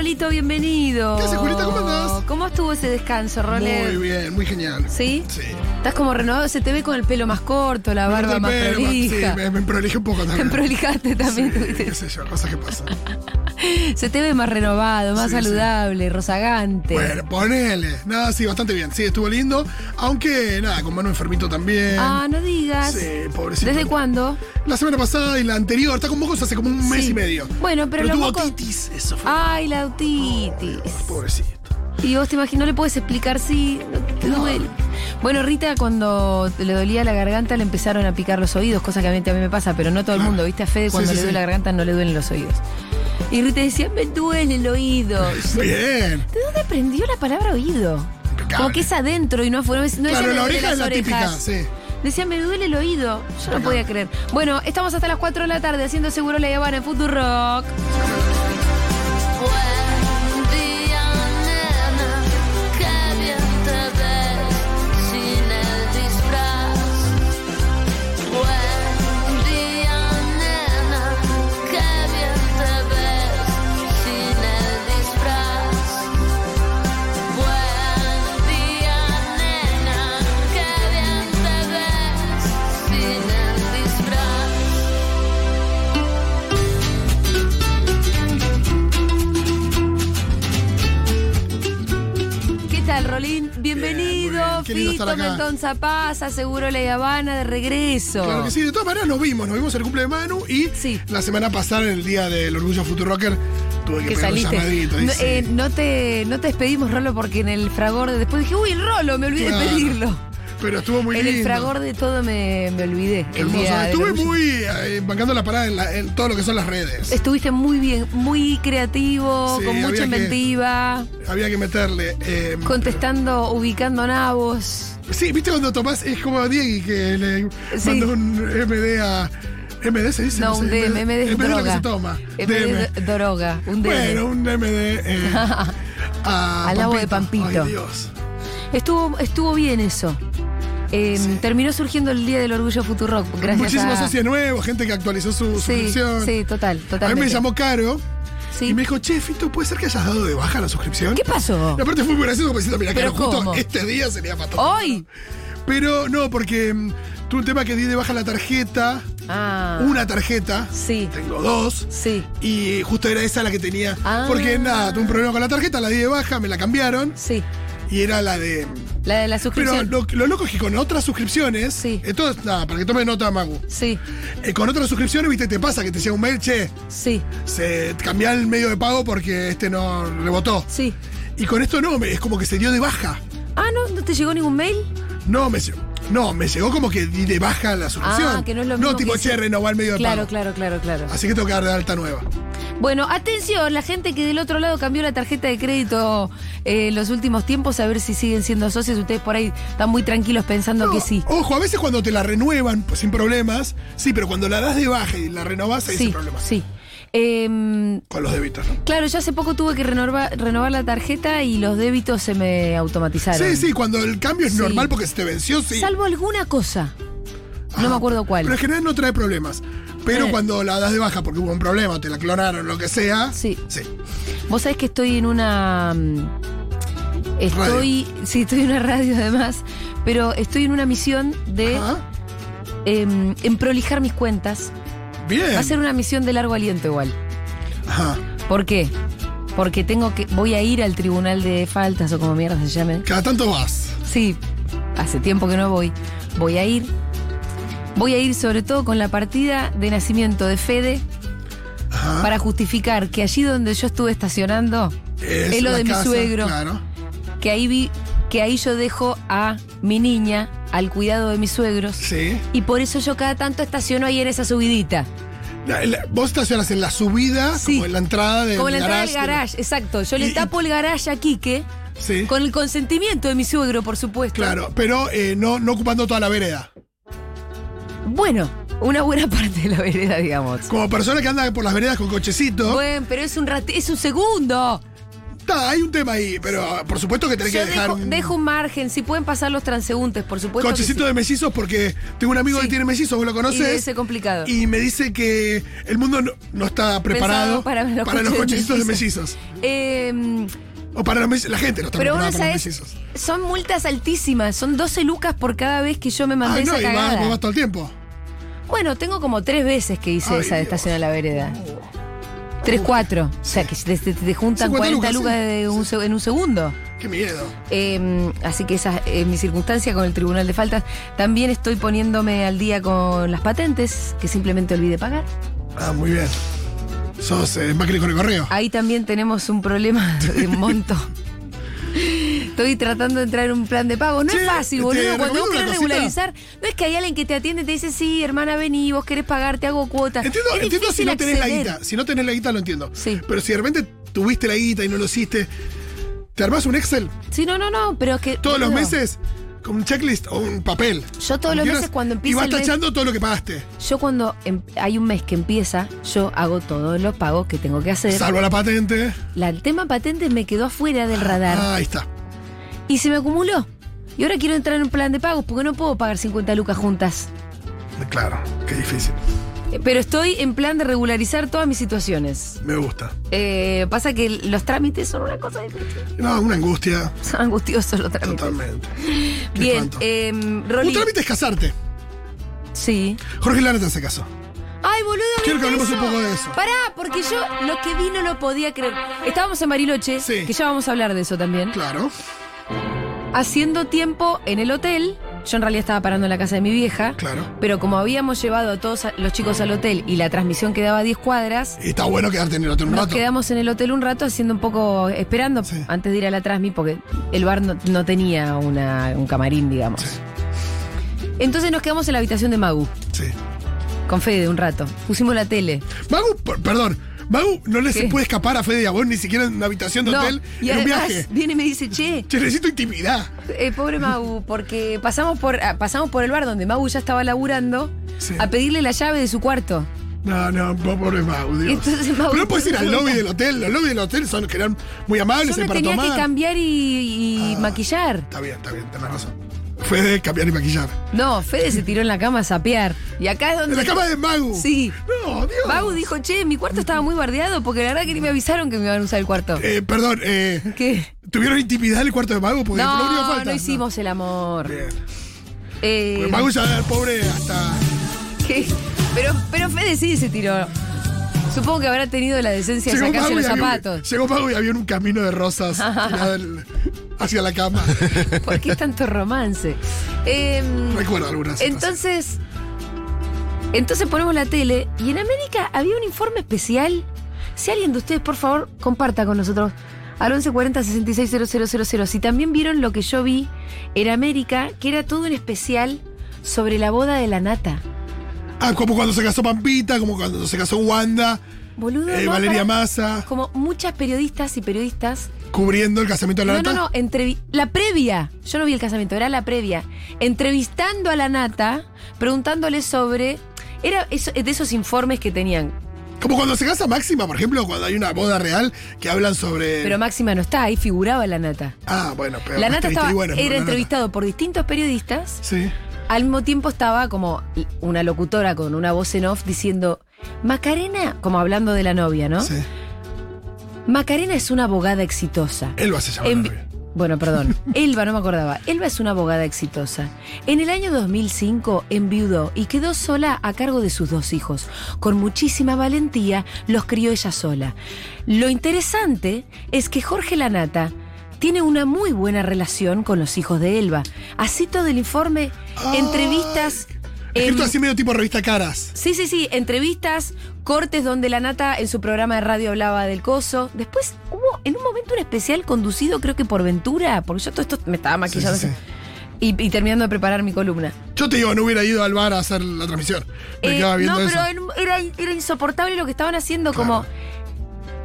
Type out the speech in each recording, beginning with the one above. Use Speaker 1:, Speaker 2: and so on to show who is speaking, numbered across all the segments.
Speaker 1: Julito, bienvenido.
Speaker 2: ¿Qué haces, Julita? ¿Cómo andás?
Speaker 1: ¿Cómo estuvo ese descanso, Role?
Speaker 2: Muy bien, muy genial.
Speaker 1: ¿Sí?
Speaker 2: Sí.
Speaker 1: Estás como renovado, se te ve con el pelo más corto, la barba
Speaker 2: Pero,
Speaker 1: más
Speaker 2: pero,
Speaker 1: prolija.
Speaker 2: Sí, me, me prolijé un poco
Speaker 1: Te
Speaker 2: también.
Speaker 1: prolijaste también.
Speaker 2: Sí,
Speaker 1: tuviste-
Speaker 2: qué sé yo, cosas que pasan.
Speaker 1: Se te ve más renovado, más
Speaker 2: Sí, sí.
Speaker 1: saludable, rozagante.
Speaker 2: Bueno, ponele. Nada, sí, bastante bien. Sí, estuvo lindo. Aunque, nada, con mano enfermito también.
Speaker 1: ah, no digas.
Speaker 2: sí, pobrecito.
Speaker 1: ¿Desde cuándo?
Speaker 2: La semana pasada y la anterior. Está con mocos hace como un mes
Speaker 1: Sí.
Speaker 2: y medio.
Speaker 1: Bueno, pero los
Speaker 2: tuvo
Speaker 1: mocos- Ah.
Speaker 2: otitis, eso fue.
Speaker 1: Ay, la autitis.
Speaker 2: Pobrecito.
Speaker 1: Y vos te imaginas, no le puedes explicar si te duele. Bueno, Rita, cuando le dolía la garganta, le empezaron a picar los oídos, cosa que a mí también me pasa, pero no todo el
Speaker 2: Claro.
Speaker 1: mundo. ¿Viste a Fede
Speaker 2: Ah. Sí,
Speaker 1: cuando
Speaker 2: sí,
Speaker 1: le duele
Speaker 2: sí.
Speaker 1: la garganta no le duelen los oídos? Y Rita decía, me duele el oído.
Speaker 2: Bien.
Speaker 1: ¿De dónde aprendió la palabra oído?
Speaker 2: Impecable.
Speaker 1: Como que es adentro y no afuera. No decía,
Speaker 2: Claro,
Speaker 1: "Me
Speaker 2: la
Speaker 1: duele
Speaker 2: oreja
Speaker 1: las
Speaker 2: es la típica,
Speaker 1: orejas".
Speaker 2: sí.
Speaker 1: Decía, me duele el oído. Yo no podía creer. Bueno, estamos hasta las 4 de la tarde haciendo seguro la Habana en Futurock.
Speaker 3: Buen día, nena, qué bien te ves sin el disfraz. Buen día, nena, qué bien te ves sin el disfraz. Buen día, nena, qué bien te ves sin el disfraz.
Speaker 1: ¿Qué tal, Rolín? Bienvenido.
Speaker 2: muy bien. Qué lindo
Speaker 1: Fito
Speaker 2: estar acá.
Speaker 1: Mendonza Paz, seguro la Habana de regreso.
Speaker 2: Claro que sí, de todas maneras nos vimos, nos vimos en el cumple de Manu y
Speaker 1: Sí.
Speaker 2: la semana pasada, en el día del Orgullo Futuro Rocker, tuve que,
Speaker 1: Que
Speaker 2: pegar un
Speaker 1: saliste.
Speaker 2: llamadito. ahí,
Speaker 1: No,
Speaker 2: sí.
Speaker 1: eh, no te, no te despedimos, Rolo, porque en el fragor de después dije, uy, el Rolo, me olvidé de
Speaker 2: Claro.
Speaker 1: pedirlo.
Speaker 2: Pero estuvo muy
Speaker 1: en
Speaker 2: lindo.
Speaker 1: el fragor de todo me, me olvidé. el
Speaker 2: Hermoso.
Speaker 1: día del
Speaker 2: Estuve
Speaker 1: orgullo.
Speaker 2: muy eh, bancando la parada en, la- en todo lo que son las redes.
Speaker 1: Estuviste muy bien, muy creativo,
Speaker 2: Sí,
Speaker 1: con mucha
Speaker 2: había que-
Speaker 1: inventiva,
Speaker 2: Había que meterle. eh,
Speaker 1: contestando, ubicando nabos.
Speaker 2: Sí, viste cuando Tomás es como a Diego que le
Speaker 1: Sí.
Speaker 2: mandó un MD a. ¿MD se dice?
Speaker 1: No, un DM,
Speaker 2: DM
Speaker 1: MD es
Speaker 2: MD es lo que
Speaker 1: droga.
Speaker 2: se toma. DM.
Speaker 1: MD es droga, un DM.
Speaker 2: Bueno, un MD. eh, a
Speaker 1: Al agua de Pampito.
Speaker 2: Ay, Dios.
Speaker 1: Estuvo, estuvo bien eso. Eh, Terminó surgiendo el Día del Orgullo Futurock. Gracias
Speaker 2: Muchísimos
Speaker 1: a...
Speaker 2: socios nuevos, gente que actualizó su, su
Speaker 1: Sí,
Speaker 2: suscripción.
Speaker 1: sí, total, total.
Speaker 2: a mí me llamó Caro
Speaker 1: Sí.
Speaker 2: y me dijo, che, Fito, ¿puede ser que hayas dado de baja la suscripción?
Speaker 1: ¿Qué pasó?
Speaker 2: Y aparte fue muy gracioso como diciendo, mira,
Speaker 1: ¿Pero
Speaker 2: Caro, justo
Speaker 1: cómo?
Speaker 2: este día sería para todo".
Speaker 1: ¿Hoy?
Speaker 2: Pero no, porque mm, tuve un tema que di de baja la tarjeta,
Speaker 1: Ah.
Speaker 2: una tarjeta,
Speaker 1: Sí.
Speaker 2: tengo dos.
Speaker 1: Sí.
Speaker 2: Y justo era esa la que tenía.
Speaker 1: Ah.
Speaker 2: Porque nada, tuve un problema con la tarjeta, la di de baja, me la cambiaron.
Speaker 1: Sí.
Speaker 2: Y era la de. mm,
Speaker 1: La de la
Speaker 2: Pero
Speaker 1: suscripción.
Speaker 2: lo, lo loco es que con otras suscripciones.
Speaker 1: Sí.
Speaker 2: Entonces, nada, para que tome nota, Magu.
Speaker 1: Sí,
Speaker 2: Eh, con otras suscripciones, viste, te pasa que te llega un mail, che,
Speaker 1: sí,
Speaker 2: se cambia el medio de pago porque este no rebotó.
Speaker 1: sí.
Speaker 2: Y con esto no, me- es como que se dio de baja.
Speaker 1: Ah, ¿no? ¿No te llegó ningún mail?
Speaker 2: No, me llegó. No, me llegó como que di de baja la suscripción.
Speaker 1: Ah, que no es lo mismo
Speaker 2: No, tipo,
Speaker 1: que
Speaker 2: che,
Speaker 1: hice.
Speaker 2: renovar el medio de
Speaker 1: Claro,
Speaker 2: pago.
Speaker 1: claro, claro, claro.
Speaker 2: Así que tengo que dar de alta nueva.
Speaker 1: Bueno, atención, la gente que del otro lado cambió la tarjeta de crédito eh, en los últimos tiempos, a ver si siguen siendo socios. Ustedes por ahí están muy tranquilos pensando que
Speaker 2: No,
Speaker 1: sí.
Speaker 2: Ojo, a veces cuando te la renuevan, pues sin problemas, sí, pero cuando la das de baja y la renovás, ahí
Speaker 1: Sí,
Speaker 2: sin problemas.
Speaker 1: sí. Em,
Speaker 2: Con los débitos, ¿no?
Speaker 1: claro, yo hace poco tuve que renovar, renovar la tarjeta y los débitos se me automatizaron.
Speaker 2: Sí, sí, cuando el cambio es
Speaker 1: Sí.
Speaker 2: normal porque se te venció, sí.
Speaker 1: Salvo alguna cosa.
Speaker 2: Ajá.
Speaker 1: No me acuerdo cuál.
Speaker 2: Pero en general no trae problemas. Pero
Speaker 1: Eh.
Speaker 2: cuando la das de baja porque hubo un problema, te la clonaron, lo que sea.
Speaker 1: Sí.
Speaker 2: Sí.
Speaker 1: Vos sabés que estoy en una. mm, Estoy. Sí, estoy en una radio además. Pero estoy en una misión de
Speaker 2: Ajá.
Speaker 1: em, emprolijar mis cuentas.
Speaker 2: Bien.
Speaker 1: Va a ser una misión de largo aliento igual.
Speaker 2: Ajá.
Speaker 1: ¿Por qué? Porque tengo que. voy a ir al tribunal de faltas o como mierda se llame.
Speaker 2: Cada tanto vas.
Speaker 1: Sí, hace tiempo que no voy. Voy a ir. Voy a ir sobre todo con la partida de nacimiento de Fede
Speaker 2: Ajá.
Speaker 1: para justificar que allí donde yo estuve estacionando,
Speaker 2: Es
Speaker 1: es lo
Speaker 2: la
Speaker 1: de mi
Speaker 2: casa,
Speaker 1: suegro.
Speaker 2: Claro.
Speaker 1: que ahí vi que ahí yo dejo a mi niña al cuidado de mis suegros
Speaker 2: Sí.
Speaker 1: y por eso yo cada tanto estaciono ahí en esa subidita.
Speaker 2: La- la- vos estacionas en la subida,
Speaker 1: Sí.
Speaker 2: como en la entrada del
Speaker 1: Como la entrada del
Speaker 2: garage, de-
Speaker 1: garage, exacto. Yo le
Speaker 2: Y-
Speaker 1: tapo el garage a Quique
Speaker 2: Sí.
Speaker 1: con el consentimiento de mi suegro, por supuesto.
Speaker 2: Claro, pero eh, no, no ocupando toda la vereda.
Speaker 1: Bueno, una buena parte de la vereda, digamos.
Speaker 2: Como persona que anda por las veredas con cochecito.
Speaker 1: Bueno, pero es un rati- es un segundo.
Speaker 2: Nah, hay un tema ahí, pero ah, por supuesto que tenés
Speaker 1: Yo
Speaker 2: que dejar
Speaker 1: dejo,
Speaker 2: un
Speaker 1: dejo un margen, si pueden pasar los transeúntes, por supuesto. que
Speaker 2: cochecito de mellizos porque tengo un amigo
Speaker 1: Sí.
Speaker 2: que tiene mellizos, vos lo
Speaker 1: sí. Y debe
Speaker 2: conoces.
Speaker 1: ser complicado.
Speaker 2: Y me dice que el mundo no, no está preparado
Speaker 1: Pensado para los coches de
Speaker 2: cochecitos de mellizos.
Speaker 1: Eh,
Speaker 2: O para los mellizos. La gente no está
Speaker 1: pero
Speaker 2: preparada
Speaker 1: vos
Speaker 2: para los
Speaker 1: sabés,
Speaker 2: mellizos.
Speaker 1: son multas altísimas, son 12 lucas por cada vez que yo me mandé
Speaker 2: Ay, no,
Speaker 1: esa
Speaker 2: y vas,
Speaker 1: cagada.
Speaker 2: vos vas todo el tiempo.
Speaker 1: Bueno, tengo como tres veces que hice
Speaker 2: Ay,
Speaker 1: esa de
Speaker 2: Dios.
Speaker 1: estación a la vereda. Tres, cuatro. O sea, que te, te- te juntan
Speaker 2: 50
Speaker 1: 40
Speaker 2: lucas, ¿eh?
Speaker 1: lucas
Speaker 2: sí.
Speaker 1: de un se- en un segundo.
Speaker 2: Qué miedo.
Speaker 1: Eh, así que esa es mi circunstancia con el Tribunal de Faltas. También estoy poniéndome al día con las patentes, que simplemente olvidé pagar.
Speaker 2: Ah, muy bien. Sos eh, Macri con el correo.
Speaker 1: Ahí también tenemos un problema de monto. Estoy tratando de entrar en un plan de pago. No
Speaker 2: Che,
Speaker 1: es fácil,
Speaker 2: te
Speaker 1: boludo. Cuando
Speaker 2: recomiendo
Speaker 1: vos
Speaker 2: una
Speaker 1: querés
Speaker 2: cosita.
Speaker 1: regularizar, no es que hay alguien que te atiende y te dice, sí, hermana, vení, vos querés pagar, te hago cuotas.
Speaker 2: Entiendo,
Speaker 1: Es
Speaker 2: entiendo si
Speaker 1: difícil
Speaker 2: no tenés la
Speaker 1: acceder.
Speaker 2: guita. Si no tenés la guita, lo entiendo.
Speaker 1: Sí.
Speaker 2: Pero si de repente tuviste la guita y no lo hiciste, te armás un Excel
Speaker 1: Sí, no, no, no, pero es que.
Speaker 2: todos los
Speaker 1: boludo,
Speaker 2: meses con un checklist o un papel.
Speaker 1: Yo todos
Speaker 2: Como
Speaker 1: los
Speaker 2: quieras,
Speaker 1: meses cuando
Speaker 2: Y
Speaker 1: empieza
Speaker 2: vas
Speaker 1: el mes-
Speaker 2: tachando todo lo que pagaste.
Speaker 1: Yo cuando em- hay un mes que empieza, yo hago todos los pagos que tengo que hacer.
Speaker 2: Salvo la patente.
Speaker 1: La- el tema patentes me quedó afuera del radar
Speaker 2: Ah, ahí está.
Speaker 1: y se me acumuló. Y ahora quiero entrar en un plan de pagos porque no puedo pagar 50 lucas juntas.
Speaker 2: Claro, qué difícil.
Speaker 1: Eh, Pero estoy en plan de regularizar todas mis situaciones.
Speaker 2: Me gusta.
Speaker 1: Eh, pasa que los trámites son una cosa difícil.
Speaker 2: No, una angustia.
Speaker 1: Son angustiosos los trámites.
Speaker 2: Totalmente. Qué
Speaker 1: Bien,
Speaker 2: espanto.
Speaker 1: eh,
Speaker 2: un
Speaker 1: Rolly.
Speaker 2: trámite es casarte.
Speaker 1: Sí.
Speaker 2: Jorge Larreta se casó.
Speaker 1: Ay, boludo, me
Speaker 2: Quiero que hablemos
Speaker 1: interesó.
Speaker 2: un poco de eso.
Speaker 1: Pará, porque yo lo que vi no lo podía creer. Estábamos en Bariloche,
Speaker 2: Sí.
Speaker 1: que ya vamos a hablar de eso también.
Speaker 2: Claro.
Speaker 1: Haciendo tiempo en el hotel, yo en realidad estaba parando en la casa de mi vieja.
Speaker 2: Claro.
Speaker 1: Pero como habíamos llevado a todos a- los chicos al hotel y la transmisión quedaba a 10 cuadras,
Speaker 2: Y está bueno quedarte en el hotel un
Speaker 1: nos
Speaker 2: rato.
Speaker 1: quedamos en el hotel un rato haciendo un poco, esperando
Speaker 2: Sí.
Speaker 1: antes de ir a la Transmi, porque el bar no, no tenía una- un camarín, digamos.
Speaker 2: Sí.
Speaker 1: Entonces nos quedamos en la habitación de Magu,
Speaker 2: Sí.
Speaker 1: con Fede un rato. Pusimos la tele.
Speaker 2: Magu, per- perdón. Magu no le se
Speaker 1: ¿Qué?
Speaker 2: puede escapar a Fede y a vos ni siquiera en una habitación de
Speaker 1: No,
Speaker 2: hotel
Speaker 1: y
Speaker 2: en un
Speaker 1: además
Speaker 2: viaje.
Speaker 1: viene y me dice, che,
Speaker 2: Che, necesito intimidad.
Speaker 1: eh, pobre Magu, porque pasamos por, ah, pasamos por el bar donde Magu ya estaba laburando
Speaker 2: Sí.
Speaker 1: a pedirle la llave de su cuarto.
Speaker 2: No, no, po- pobre Magu, Dios.
Speaker 1: Entonces, Magu,
Speaker 2: Pero no puedes ir al lobby
Speaker 1: pregunta.
Speaker 2: del hotel. Los lobbies del hotel son que eran muy
Speaker 1: Yo
Speaker 2: amables eh,
Speaker 1: me
Speaker 2: para
Speaker 1: tenía
Speaker 2: tomar.
Speaker 1: que cambiar y, y
Speaker 2: Ah.
Speaker 1: maquillar.
Speaker 2: Está bien, está bien, tenés razón. Fede, cambiar y maquillar.
Speaker 1: No, Fede se tiró en la cama a sapear. Y acá es
Speaker 2: En
Speaker 1: donde.
Speaker 2: la cama de Magu.
Speaker 1: Sí.
Speaker 2: No, Dios.
Speaker 1: Babu dijo, che, mi cuarto estaba muy bardeado porque la verdad que ni me avisaron que me iban a usar el cuarto.
Speaker 2: Eh, perdón, eh,
Speaker 1: ¿Qué?
Speaker 2: ¿tuvieron intimidad en el cuarto de Magu? Porque fue lo único que
Speaker 1: No,
Speaker 2: falta.
Speaker 1: no hicimos el amor.
Speaker 2: Bien.
Speaker 1: Eh,
Speaker 2: Porque Magu ya el pobre hasta.
Speaker 1: ¿qué? Pero, pero Fede sí se tiró. Supongo que habrá tenido la decencia de sacarse los
Speaker 2: y había un-
Speaker 1: zapatos.
Speaker 2: llegó Magu y había un camino de rosas tirado el- hacia la cama.
Speaker 1: ¿Por qué tanto romance? Em,
Speaker 2: Recuerdo algunas.
Speaker 1: entonces. Entonces ponemos la tele y en América había un informe especial. Si alguien de ustedes, por favor, comparta con nosotros al 1140 660000. Si también vieron lo que yo vi en América, que era todo un especial sobre la boda de la nata.
Speaker 2: Ah, como cuando se casó Pampita, como cuando se casó Wanda,
Speaker 1: Boludo.
Speaker 2: eh,
Speaker 1: ¿no?
Speaker 2: Valeria
Speaker 1: Para-
Speaker 2: Massa,
Speaker 1: Como muchas periodistas y periodistas.
Speaker 2: cubriendo el casamiento de la
Speaker 1: No,
Speaker 2: nata.
Speaker 1: no, no. entrevi- la previa. Yo no vi el casamiento, era la previa. Entrevistando a la nata, preguntándole sobre. Era eso- de esos informes que tenían
Speaker 2: Como cuando se casa Máxima, por ejemplo, cuando hay una boda real que hablan sobre.
Speaker 1: Pero Máxima no está, ahí figuraba la nata.
Speaker 2: ah, bueno, pero.
Speaker 1: La nata
Speaker 2: entrevista-
Speaker 1: estaba,
Speaker 2: y bueno,
Speaker 1: era
Speaker 2: la nata.
Speaker 1: entrevistado por distintos periodistas,
Speaker 2: Sí.
Speaker 1: al mismo tiempo estaba como una locutora con una voz en off diciendo, Macarena, como hablando de la novia, ¿no?
Speaker 2: Sí.
Speaker 1: Macarena es una abogada exitosa.
Speaker 2: Él lo hace llamar.
Speaker 1: En-
Speaker 2: novia.
Speaker 1: Bueno, perdón. Elba, no me acordaba. Elba es una abogada exitosa. En el año 2005 enviudó y quedó sola a cargo de sus dos hijos. Con muchísima valentía los crió ella sola. Lo interesante es que Jorge Lanata tiene una muy buena relación con los hijos de Elba. Así todo el informe,
Speaker 2: Ay.
Speaker 1: entrevistas...
Speaker 2: Escrito
Speaker 1: em,
Speaker 2: así medio tipo revista Caras.
Speaker 1: Sí, sí, sí, entrevistas, cortes donde la nata en su programa de radio hablaba del coso. Después hubo en un momento un especial conducido, creo que por Ventura, porque yo todo esto me estaba
Speaker 2: Sí,
Speaker 1: maquillando
Speaker 2: sí, sí.
Speaker 1: Y, y terminando de preparar mi columna.
Speaker 2: Yo te digo, no hubiera ido al bar a hacer la transmisión.
Speaker 1: Eh,
Speaker 2: Me quedaba
Speaker 1: no,
Speaker 2: viendo eso.
Speaker 1: pero en- era, era insoportable lo que estaban haciendo,
Speaker 2: Claro.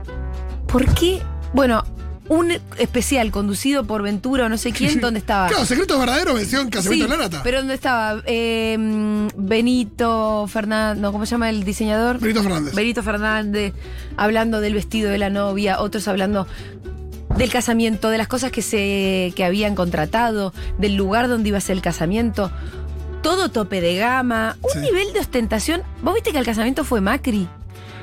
Speaker 1: como. ¿Por qué? Bueno, un especial conducido por Ventura o no sé quién, ¿dónde estaba?
Speaker 2: Claro, secretos verdaderos mención Casamiento
Speaker 1: Sí,
Speaker 2: de la Nata.
Speaker 1: Pero ¿dónde estaba? Eh, Benito Fernando, ¿cómo se llama el diseñador?
Speaker 2: Benito Fernández.
Speaker 1: Benito Fernández hablando del vestido de la novia, otros hablando. del casamiento, de las cosas que se que habían contratado, del lugar donde iba a ser el casamiento. Todo tope de gama, un
Speaker 2: Sí.
Speaker 1: nivel de ostentación. ¿Vos viste que el casamiento fue Macri?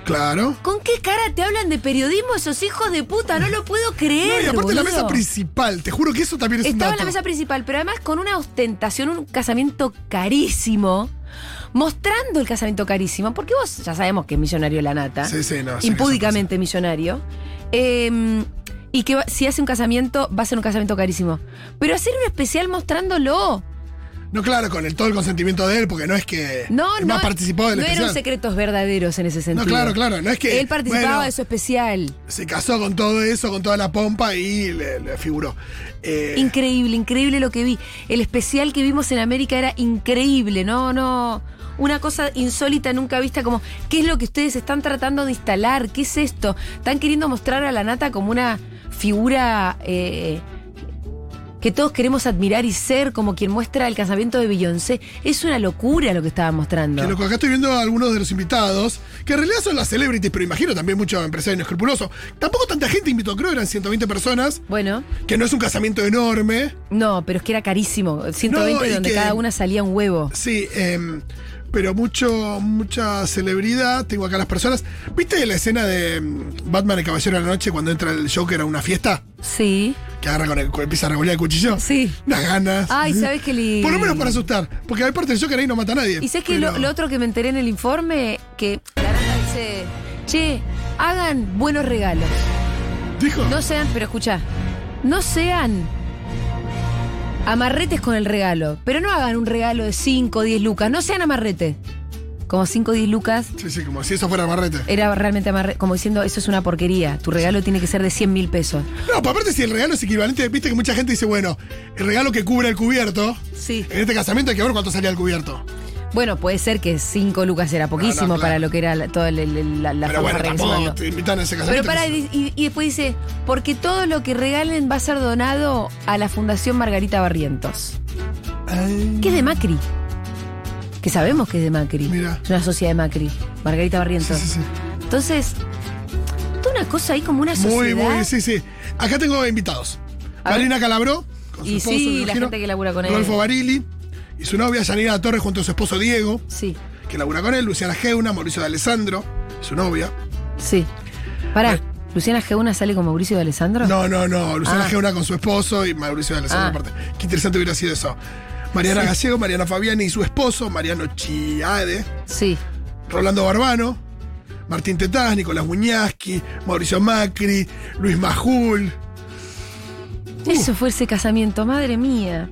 Speaker 2: Claro.
Speaker 1: ¿Con qué cara te hablan de periodismo esos hijos de puta? No lo puedo
Speaker 2: No,
Speaker 1: creer.
Speaker 2: y aparte la
Speaker 1: boludo.
Speaker 2: mesa principal, te juro que eso también es
Speaker 1: Estaba
Speaker 2: un
Speaker 1: en la
Speaker 2: dato.
Speaker 1: mesa principal, pero además con una ostentación, un casamiento carísimo, mostrando el casamiento carísimo, porque vos ya sabemos que es millonario la nata,
Speaker 2: Sí, sí, no, sí,
Speaker 1: impúdicamente millonario, eh, y que va- si hace un casamiento, va a ser un casamiento carísimo. Pero hacer un especial mostrándolo.
Speaker 2: No, claro, con el, todo el consentimiento de él, porque no es que
Speaker 1: No,
Speaker 2: es
Speaker 1: no.
Speaker 2: más participó del
Speaker 1: no
Speaker 2: especial.
Speaker 1: eran secretos verdaderos en ese
Speaker 2: no,
Speaker 1: sentido.
Speaker 2: claro, claro. No es que
Speaker 1: Él participaba
Speaker 2: bueno,
Speaker 1: de su especial.
Speaker 2: se casó con todo eso, con toda la pompa y le, le figuró. Eh,
Speaker 1: Increíble, increíble lo que vi. El especial que vimos en América era increíble, no, no. Una cosa insólita nunca vista como, ¿qué es lo que ustedes están tratando de instalar? ¿Qué es esto? Están queriendo mostrar a la nata como una figura eh, que todos queremos admirar y ser, como quien muestra el casamiento de Beyoncé. Es una locura lo que estaba mostrando.
Speaker 2: Que loco, acá estoy viendo a algunos de los invitados, que en realidad son las celebrities, pero imagino también muchos empresarios inescrupulosos. Tampoco tanta gente invitó, creo que eran 120 personas,
Speaker 1: Bueno,
Speaker 2: que no es un casamiento enorme.
Speaker 1: no, pero es que era carísimo. 120
Speaker 2: No, y
Speaker 1: donde
Speaker 2: que-
Speaker 1: cada una salía un huevo.
Speaker 2: Sí, em, pero mucho, mucha celebridad. Tengo acá las personas. ¿Viste la escena de em, Batman el Caballero de la Noche cuando entra el Joker a una fiesta?
Speaker 1: Sí.
Speaker 2: Que agarra con el, cu- empieza a revolear el cuchillo.
Speaker 1: Sí.
Speaker 2: Las ganas.
Speaker 1: Ay, ¿sabes qué lindo?
Speaker 2: Por lo menos para asustar. Porque aparte el Joker ahí no mata a nadie.
Speaker 1: Y sé que lo,
Speaker 2: Eh, pero-
Speaker 1: lo otro que me enteré en el informe, que la nata dice, che, hagan buenos regalos.
Speaker 2: Dijo.
Speaker 1: No sean, pero escucha, no sean amarretes con el regalo, pero no hagan un regalo de 5 o 10 lucas, no sean amarretes. Como 5 o 10 lucas
Speaker 2: Sí, sí, como si eso fuera marrete.
Speaker 1: era realmente amarre, como diciendo, eso es una porquería, tu regalo tiene que ser de 100 mil pesos.
Speaker 2: No, pero aparte si el regalo es equivalente, viste que mucha gente dice, bueno, el regalo que cubre el cubierto,
Speaker 1: Sí.
Speaker 2: en este casamiento hay que ver cuánto salía el cubierto.
Speaker 1: Bueno, puede ser que 5 lucas era poquísimo
Speaker 2: claro.
Speaker 1: para lo que era la- toda el- el- la, la
Speaker 2: pero bueno,
Speaker 1: fanfarria que se
Speaker 2: tampoco
Speaker 1: mandó.
Speaker 2: te invitan a ese
Speaker 1: Pero
Speaker 2: casamiento.
Speaker 1: para,
Speaker 2: que-
Speaker 1: y, y después dice, porque todo lo que regalen va a ser donado a la Fundación Margarita Barrientos,
Speaker 2: Ay,
Speaker 1: que es de Macri. Que sabemos que es de Macri.
Speaker 2: Mira.
Speaker 1: Es una sociedad de Macri, Margarita
Speaker 2: sí,
Speaker 1: Barrientos.
Speaker 2: sí, sí.
Speaker 1: Entonces, toda una cosa ahí como una
Speaker 2: Muy,
Speaker 1: sociedad.
Speaker 2: muy, sí, sí. Acá tengo invitados.
Speaker 1: A ver.
Speaker 2: Marina Calabró, con su
Speaker 1: Y
Speaker 2: esposo,
Speaker 1: sí,
Speaker 2: me
Speaker 1: la
Speaker 2: imagino,
Speaker 1: gente que labura con él.
Speaker 2: Rodolfo Barili y su novia Yanira Torres junto a su esposo Diego,
Speaker 1: Sí,
Speaker 2: que labura con él, Luciana Geuna, Mauricio de Alessandro, su novia.
Speaker 1: sí. Pará, ¿Luciana Geuna sale con Mauricio de Alessandro?
Speaker 2: No, no, no. Luciana
Speaker 1: Ah.
Speaker 2: Geuna con su esposo y Mauricio de Alessandro
Speaker 1: Ah.
Speaker 2: aparte. Qué interesante hubiera sido eso. Mariana Gallego, Mariana Fabiani y su esposo, Mariano Chiade,
Speaker 1: Sí.
Speaker 2: Rolando Barbano, Martín Tetaz, Nicolás Buñaski, Mauricio Macri, Luis Majul. Uh.
Speaker 1: Eso fue ese casamiento, madre mía.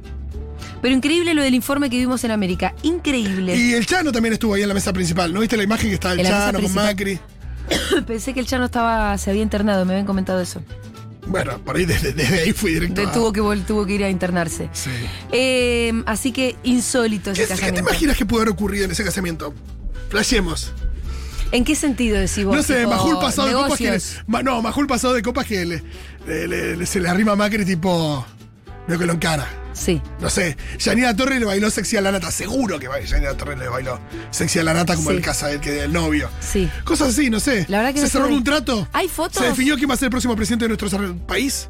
Speaker 1: Pero increíble lo del informe que vimos en América. Increíble.
Speaker 2: Y el Chano también estuvo ahí en la mesa principal, ¿no? ¿Viste la imagen que estaba el
Speaker 1: En la mesa
Speaker 2: Chano con
Speaker 1: principal.
Speaker 2: Macri?
Speaker 1: Pensé que el Chano estaba, se había internado, me habían comentado eso.
Speaker 2: Bueno, por ahí desde, desde ahí fui directo.
Speaker 1: De-
Speaker 2: a-
Speaker 1: tuvo, que, vol- tuvo que ir a internarse.
Speaker 2: Sí.
Speaker 1: Eh, así que insólito ese
Speaker 2: ¿Qué, qué te
Speaker 1: casamiento.
Speaker 2: imaginas que pudo haber ocurrido en ese casamiento? Flashemos.
Speaker 1: ¿En qué sentido decís vos?
Speaker 2: No sé,
Speaker 1: Tipo,
Speaker 2: Majul pasado de copas que. le-
Speaker 1: negocios.
Speaker 2: Ma- no, Majul pasado de copas que le, le- le- le- se le arrima a Macri, tipo. Veo que lo encara.
Speaker 1: Sí.
Speaker 2: No sé. Yanina Torres le bailó sexy a la nata. Seguro que ba- Yanina Torres le bailó sexy a la nata como
Speaker 1: Sí.
Speaker 2: el casa del, que, del novio.
Speaker 1: Sí.
Speaker 2: Cosas así, no sé.
Speaker 1: La verdad que
Speaker 2: ¿Se
Speaker 1: no sé
Speaker 2: cerró
Speaker 1: de-
Speaker 2: un trato?
Speaker 1: ¿Hay fotos?
Speaker 2: ¿Se definió quién va a ser el próximo presidente de nuestro sar- país?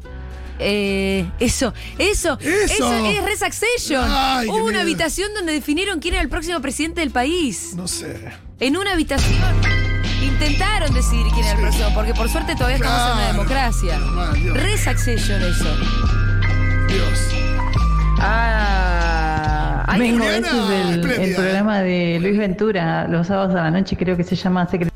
Speaker 1: Eh, eso, eso,
Speaker 2: Eso.
Speaker 1: es Res Succession.
Speaker 2: Ay, qué
Speaker 1: Hubo una
Speaker 2: miedo.
Speaker 1: habitación donde definieron quién era el próximo presidente del país.
Speaker 2: No sé.
Speaker 1: En una habitación intentaron decidir quién era el próximo, porque por suerte todavía estamos en una
Speaker 2: Claro.
Speaker 1: democracia.
Speaker 2: Normal, Dios.
Speaker 1: Res Succession eso.
Speaker 2: Dios.
Speaker 1: Ah, ay,
Speaker 4: Vengo,
Speaker 2: Juliana,
Speaker 4: este es el- el,
Speaker 2: espléndida.
Speaker 4: programa de Luis Ventura, los sábados a la noche, creo que se llama Secret-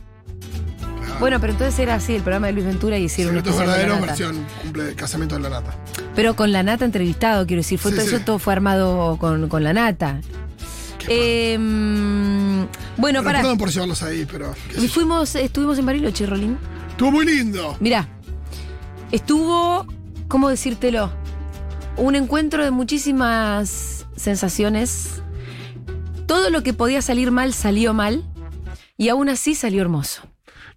Speaker 1: Bueno, pero entonces era así, el programa de Luis Ventura y hicieron un
Speaker 2: Secretos
Speaker 1: especial con la
Speaker 2: verdaderos,
Speaker 1: nata.
Speaker 2: versión cumple, casamiento de la nata.
Speaker 1: Pero con la nata entrevistado, quiero decir, fue
Speaker 2: Sí,
Speaker 1: todo
Speaker 2: sí.
Speaker 1: eso todo fue armado con, con la nata. Eh, mm, bueno,
Speaker 2: Pero
Speaker 1: pará.
Speaker 2: Perdón por llevarlos ahí, pero. qué sé
Speaker 1: Y
Speaker 2: yo.
Speaker 1: fuimos, estuvimos en Bariloche, Rolín.
Speaker 2: Estuvo muy lindo.
Speaker 1: Mirá, estuvo, ¿cómo decírtelo? Un encuentro de muchísimas sensaciones. Todo lo que podía salir mal salió mal. Y aún así salió hermoso.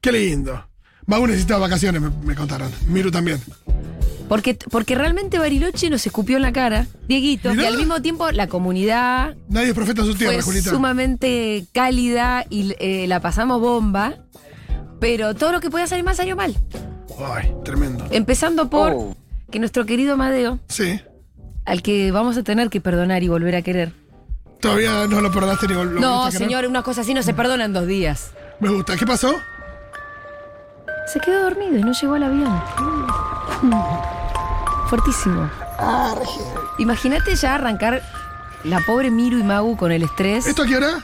Speaker 2: Qué lindo. Mau necesita vacaciones, me, me contaron. Miru también.
Speaker 1: Porque, porque realmente Bariloche nos escupió en la cara, Dieguito,
Speaker 2: Mirá.
Speaker 1: y al mismo tiempo la comunidad
Speaker 2: Nadie es profeta en su tierra,
Speaker 1: fue
Speaker 2: Julita.
Speaker 1: Pues sumamente cálida y eh, la pasamos bomba, pero todo lo que podía salir mal salió mal.
Speaker 2: Ay, tremendo.
Speaker 1: Empezando por que nuestro querido Amadeo,
Speaker 2: Sí.
Speaker 1: al que vamos a tener que perdonar y volver a querer.
Speaker 2: Todavía no lo perdonaste ni lo
Speaker 1: no,
Speaker 2: lo volviste a querer.
Speaker 1: señor, una cosa así no se perdona en dos días.
Speaker 2: Me gusta. ¿Qué pasó?
Speaker 1: Se quedó dormido y no llegó al avión. Mm. Fuertísimo. Imagínate ya arrancar la pobre Miru y Magu con el estrés.
Speaker 2: ¿Esto a qué hora?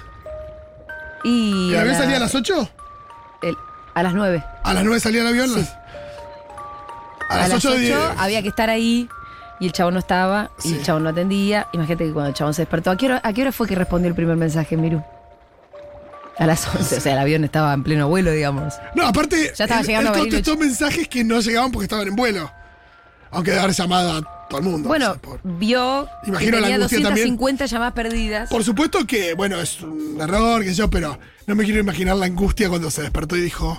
Speaker 1: y
Speaker 2: ¿El
Speaker 1: a,
Speaker 2: avión
Speaker 1: la-
Speaker 2: salía a las 8?
Speaker 1: el- a las 9.
Speaker 2: ¿A las 9 salía el avión? Las- A las 8 de
Speaker 1: había que estar ahí y el chavo no estaba y
Speaker 2: Sí.
Speaker 1: el chavo no atendía. Imagínate que cuando el chavo se despertó, ¿a qué hora, a qué hora fue que respondió el primer mensaje, Miru? A las 11, o sea, el avión estaba en pleno vuelo, digamos.
Speaker 2: No, aparte,
Speaker 1: Ya estaba
Speaker 2: él,
Speaker 1: llegando
Speaker 2: él
Speaker 1: a Bariloche.
Speaker 2: contestó mensajes que no llegaban porque estaban en vuelo. Aunque debe haber llamado a todo el mundo. o
Speaker 1: bueno,
Speaker 2: sea, por,
Speaker 1: vio
Speaker 2: Imagino la
Speaker 1: que tenía
Speaker 2: angustia también.
Speaker 1: 250 llamadas perdidas.
Speaker 2: por supuesto que, bueno, es un error, qué sé yo, pero no me quiero imaginar la angustia cuando se despertó y dijo,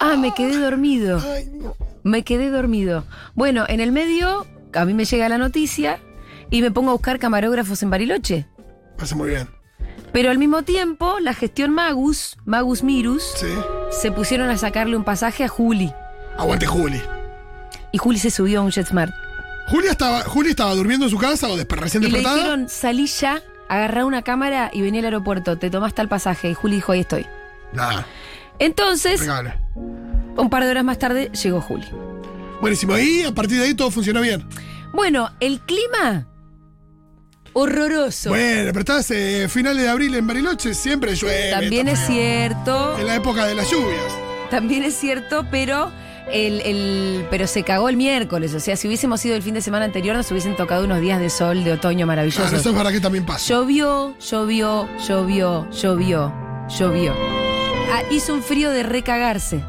Speaker 1: Ah, me quedé dormido.
Speaker 2: ay, no.
Speaker 1: Me quedé dormido. Bueno, en el medio, a mí me llega la noticia y me pongo a buscar camarógrafos en Bariloche.
Speaker 2: Pasa muy bien.
Speaker 1: Pero al mismo tiempo, la gestión Magus, Magus Mirus,
Speaker 2: Sí.
Speaker 1: se pusieron a sacarle un pasaje a Juli.
Speaker 2: Aguante Juli.
Speaker 1: Y Juli se subió a un JetSmart.
Speaker 2: Julia estaba, Juli estaba durmiendo en su casa o desper- recién
Speaker 1: Y le
Speaker 2: despertada.
Speaker 1: dijeron, salí ya, agarrá una cámara y vení al aeropuerto, te tomaste el pasaje. Y Juli dijo, ahí estoy.
Speaker 2: Nada,
Speaker 1: Entonces,
Speaker 2: regalo.
Speaker 1: un par de horas más tarde, llegó Juli.
Speaker 2: Buenísimo. Y a partir de ahí todo funcionó bien.
Speaker 1: Bueno, el clima... Horroroso.
Speaker 2: Bueno, pero estás eh, finales de abril en Bariloche, siempre llueve.
Speaker 1: También es
Speaker 2: está feo.
Speaker 1: cierto.
Speaker 2: En la época de las lluvias.
Speaker 1: También es cierto, pero el, el- pero se cagó el miércoles. O sea, si hubiésemos ido el fin de semana anterior, nos hubiesen tocado unos días de sol, de otoño maravilloso.
Speaker 2: Claro, eso es verdad que también pasa.
Speaker 1: Llovió, llovió, llovió, llovió, llovió. Ah, hizo un frío de recagarse.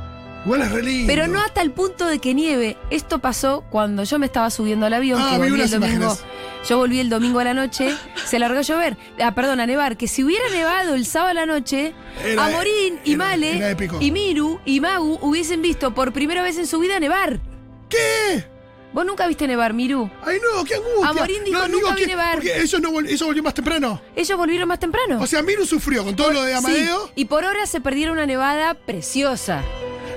Speaker 2: Igual es re lindo.
Speaker 1: Pero no hasta el punto de que nieve. Esto pasó cuando yo me estaba subiendo al avión.
Speaker 2: Ah,
Speaker 1: que
Speaker 2: vi
Speaker 1: volví el
Speaker 2: unas
Speaker 1: domingo.
Speaker 2: imágenes.
Speaker 1: Yo volví el domingo a la noche, se largó a llover. Ah, perdón, a nevar. Que si hubiera nevado el sábado a la noche,
Speaker 2: Era-
Speaker 1: Amorín y
Speaker 2: era-
Speaker 1: Male
Speaker 2: era épico.
Speaker 1: y Miru y Magu hubiesen visto por primera vez en su vida nevar.
Speaker 2: ¿Qué?
Speaker 1: ¿Vos nunca viste nevar, Miru?
Speaker 2: Ay, no, qué angustia.
Speaker 1: Amorín dijo,
Speaker 2: no,
Speaker 1: "Nunca
Speaker 2: digo
Speaker 1: vi
Speaker 2: que-
Speaker 1: nevar".
Speaker 2: Porque eso, no vol- eso volvió más temprano.
Speaker 1: Ellos volvieron más temprano.
Speaker 2: O sea, Miru sufrió con todo lo de Amadeo.
Speaker 1: Sí, y por horas se perdieron una nevada preciosa.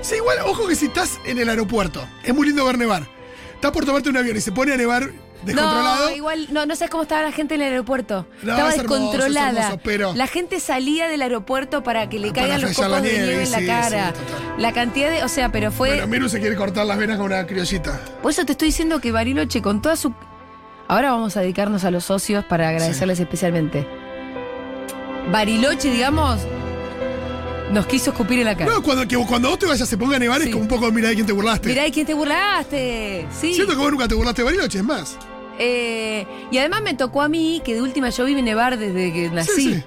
Speaker 2: Sí, igual, ojo que si estás en el aeropuerto, es muy lindo ver nevar. Estás por tomarte un avión y se pone a nevar descontrolado.
Speaker 1: No, igual, no, no sabes cómo estaba la gente en el aeropuerto.
Speaker 2: No,
Speaker 1: estaba
Speaker 2: es hermoso,
Speaker 1: descontrolada.
Speaker 2: es hermoso, pero-
Speaker 1: La gente salía del aeropuerto para que le
Speaker 2: Ah,
Speaker 1: caigan
Speaker 2: para
Speaker 1: los
Speaker 2: flashear
Speaker 1: copos
Speaker 2: la
Speaker 1: de
Speaker 2: nieve,
Speaker 1: nieve en la
Speaker 2: sí,
Speaker 1: cara.
Speaker 2: sí, total.
Speaker 1: la cantidad de. O sea, pero fue.
Speaker 2: Bueno, Miru se quiere cortar las venas con una criollita.
Speaker 1: Por eso te estoy diciendo que Bariloche, con toda su. Ahora vamos a dedicarnos a los socios para agradecerles especialmente. Bariloche, digamos, nos quiso escupir en la cara.
Speaker 2: No, cuando, que cuando vos te vayas se ponga a nevar
Speaker 1: Sí.
Speaker 2: es como un poco, mira de quién te burlaste.
Speaker 1: Mirá, ¿y quién te burlaste? Sí.
Speaker 2: Siento que vos nunca te burlaste de Bariloche, es más.
Speaker 1: Eh, y además me tocó a mí, que de última yo vive nevar desde que nací.
Speaker 2: sí.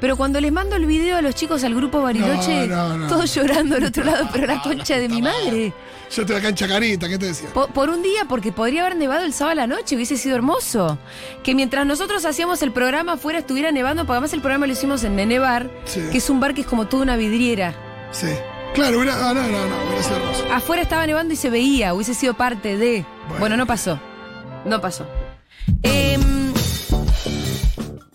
Speaker 1: Pero cuando les mando el video a los chicos al grupo Bariloche,
Speaker 2: No, no, no.
Speaker 1: todos llorando al otro lado, pero la
Speaker 2: No,
Speaker 1: concha
Speaker 2: la
Speaker 1: de
Speaker 2: puta
Speaker 1: mi
Speaker 2: madre.
Speaker 1: madre.
Speaker 2: Yo te acá en Chacarita, ¿qué te decía?
Speaker 1: Por, por un día, porque podría haber nevado el sábado a la noche, hubiese sido hermoso. Que mientras nosotros hacíamos el programa afuera estuviera nevando, porque además el programa lo hicimos en Nene Bar,
Speaker 2: Sí.
Speaker 1: que es un bar que es como toda una vidriera.
Speaker 2: Sí. Claro, hubiera, ah, no, no, no, hubiera sido hermoso.
Speaker 1: Afuera estaba nevando y se veía, hubiese sido parte de. Bueno,
Speaker 2: Bueno.
Speaker 1: no pasó. No pasó. Em,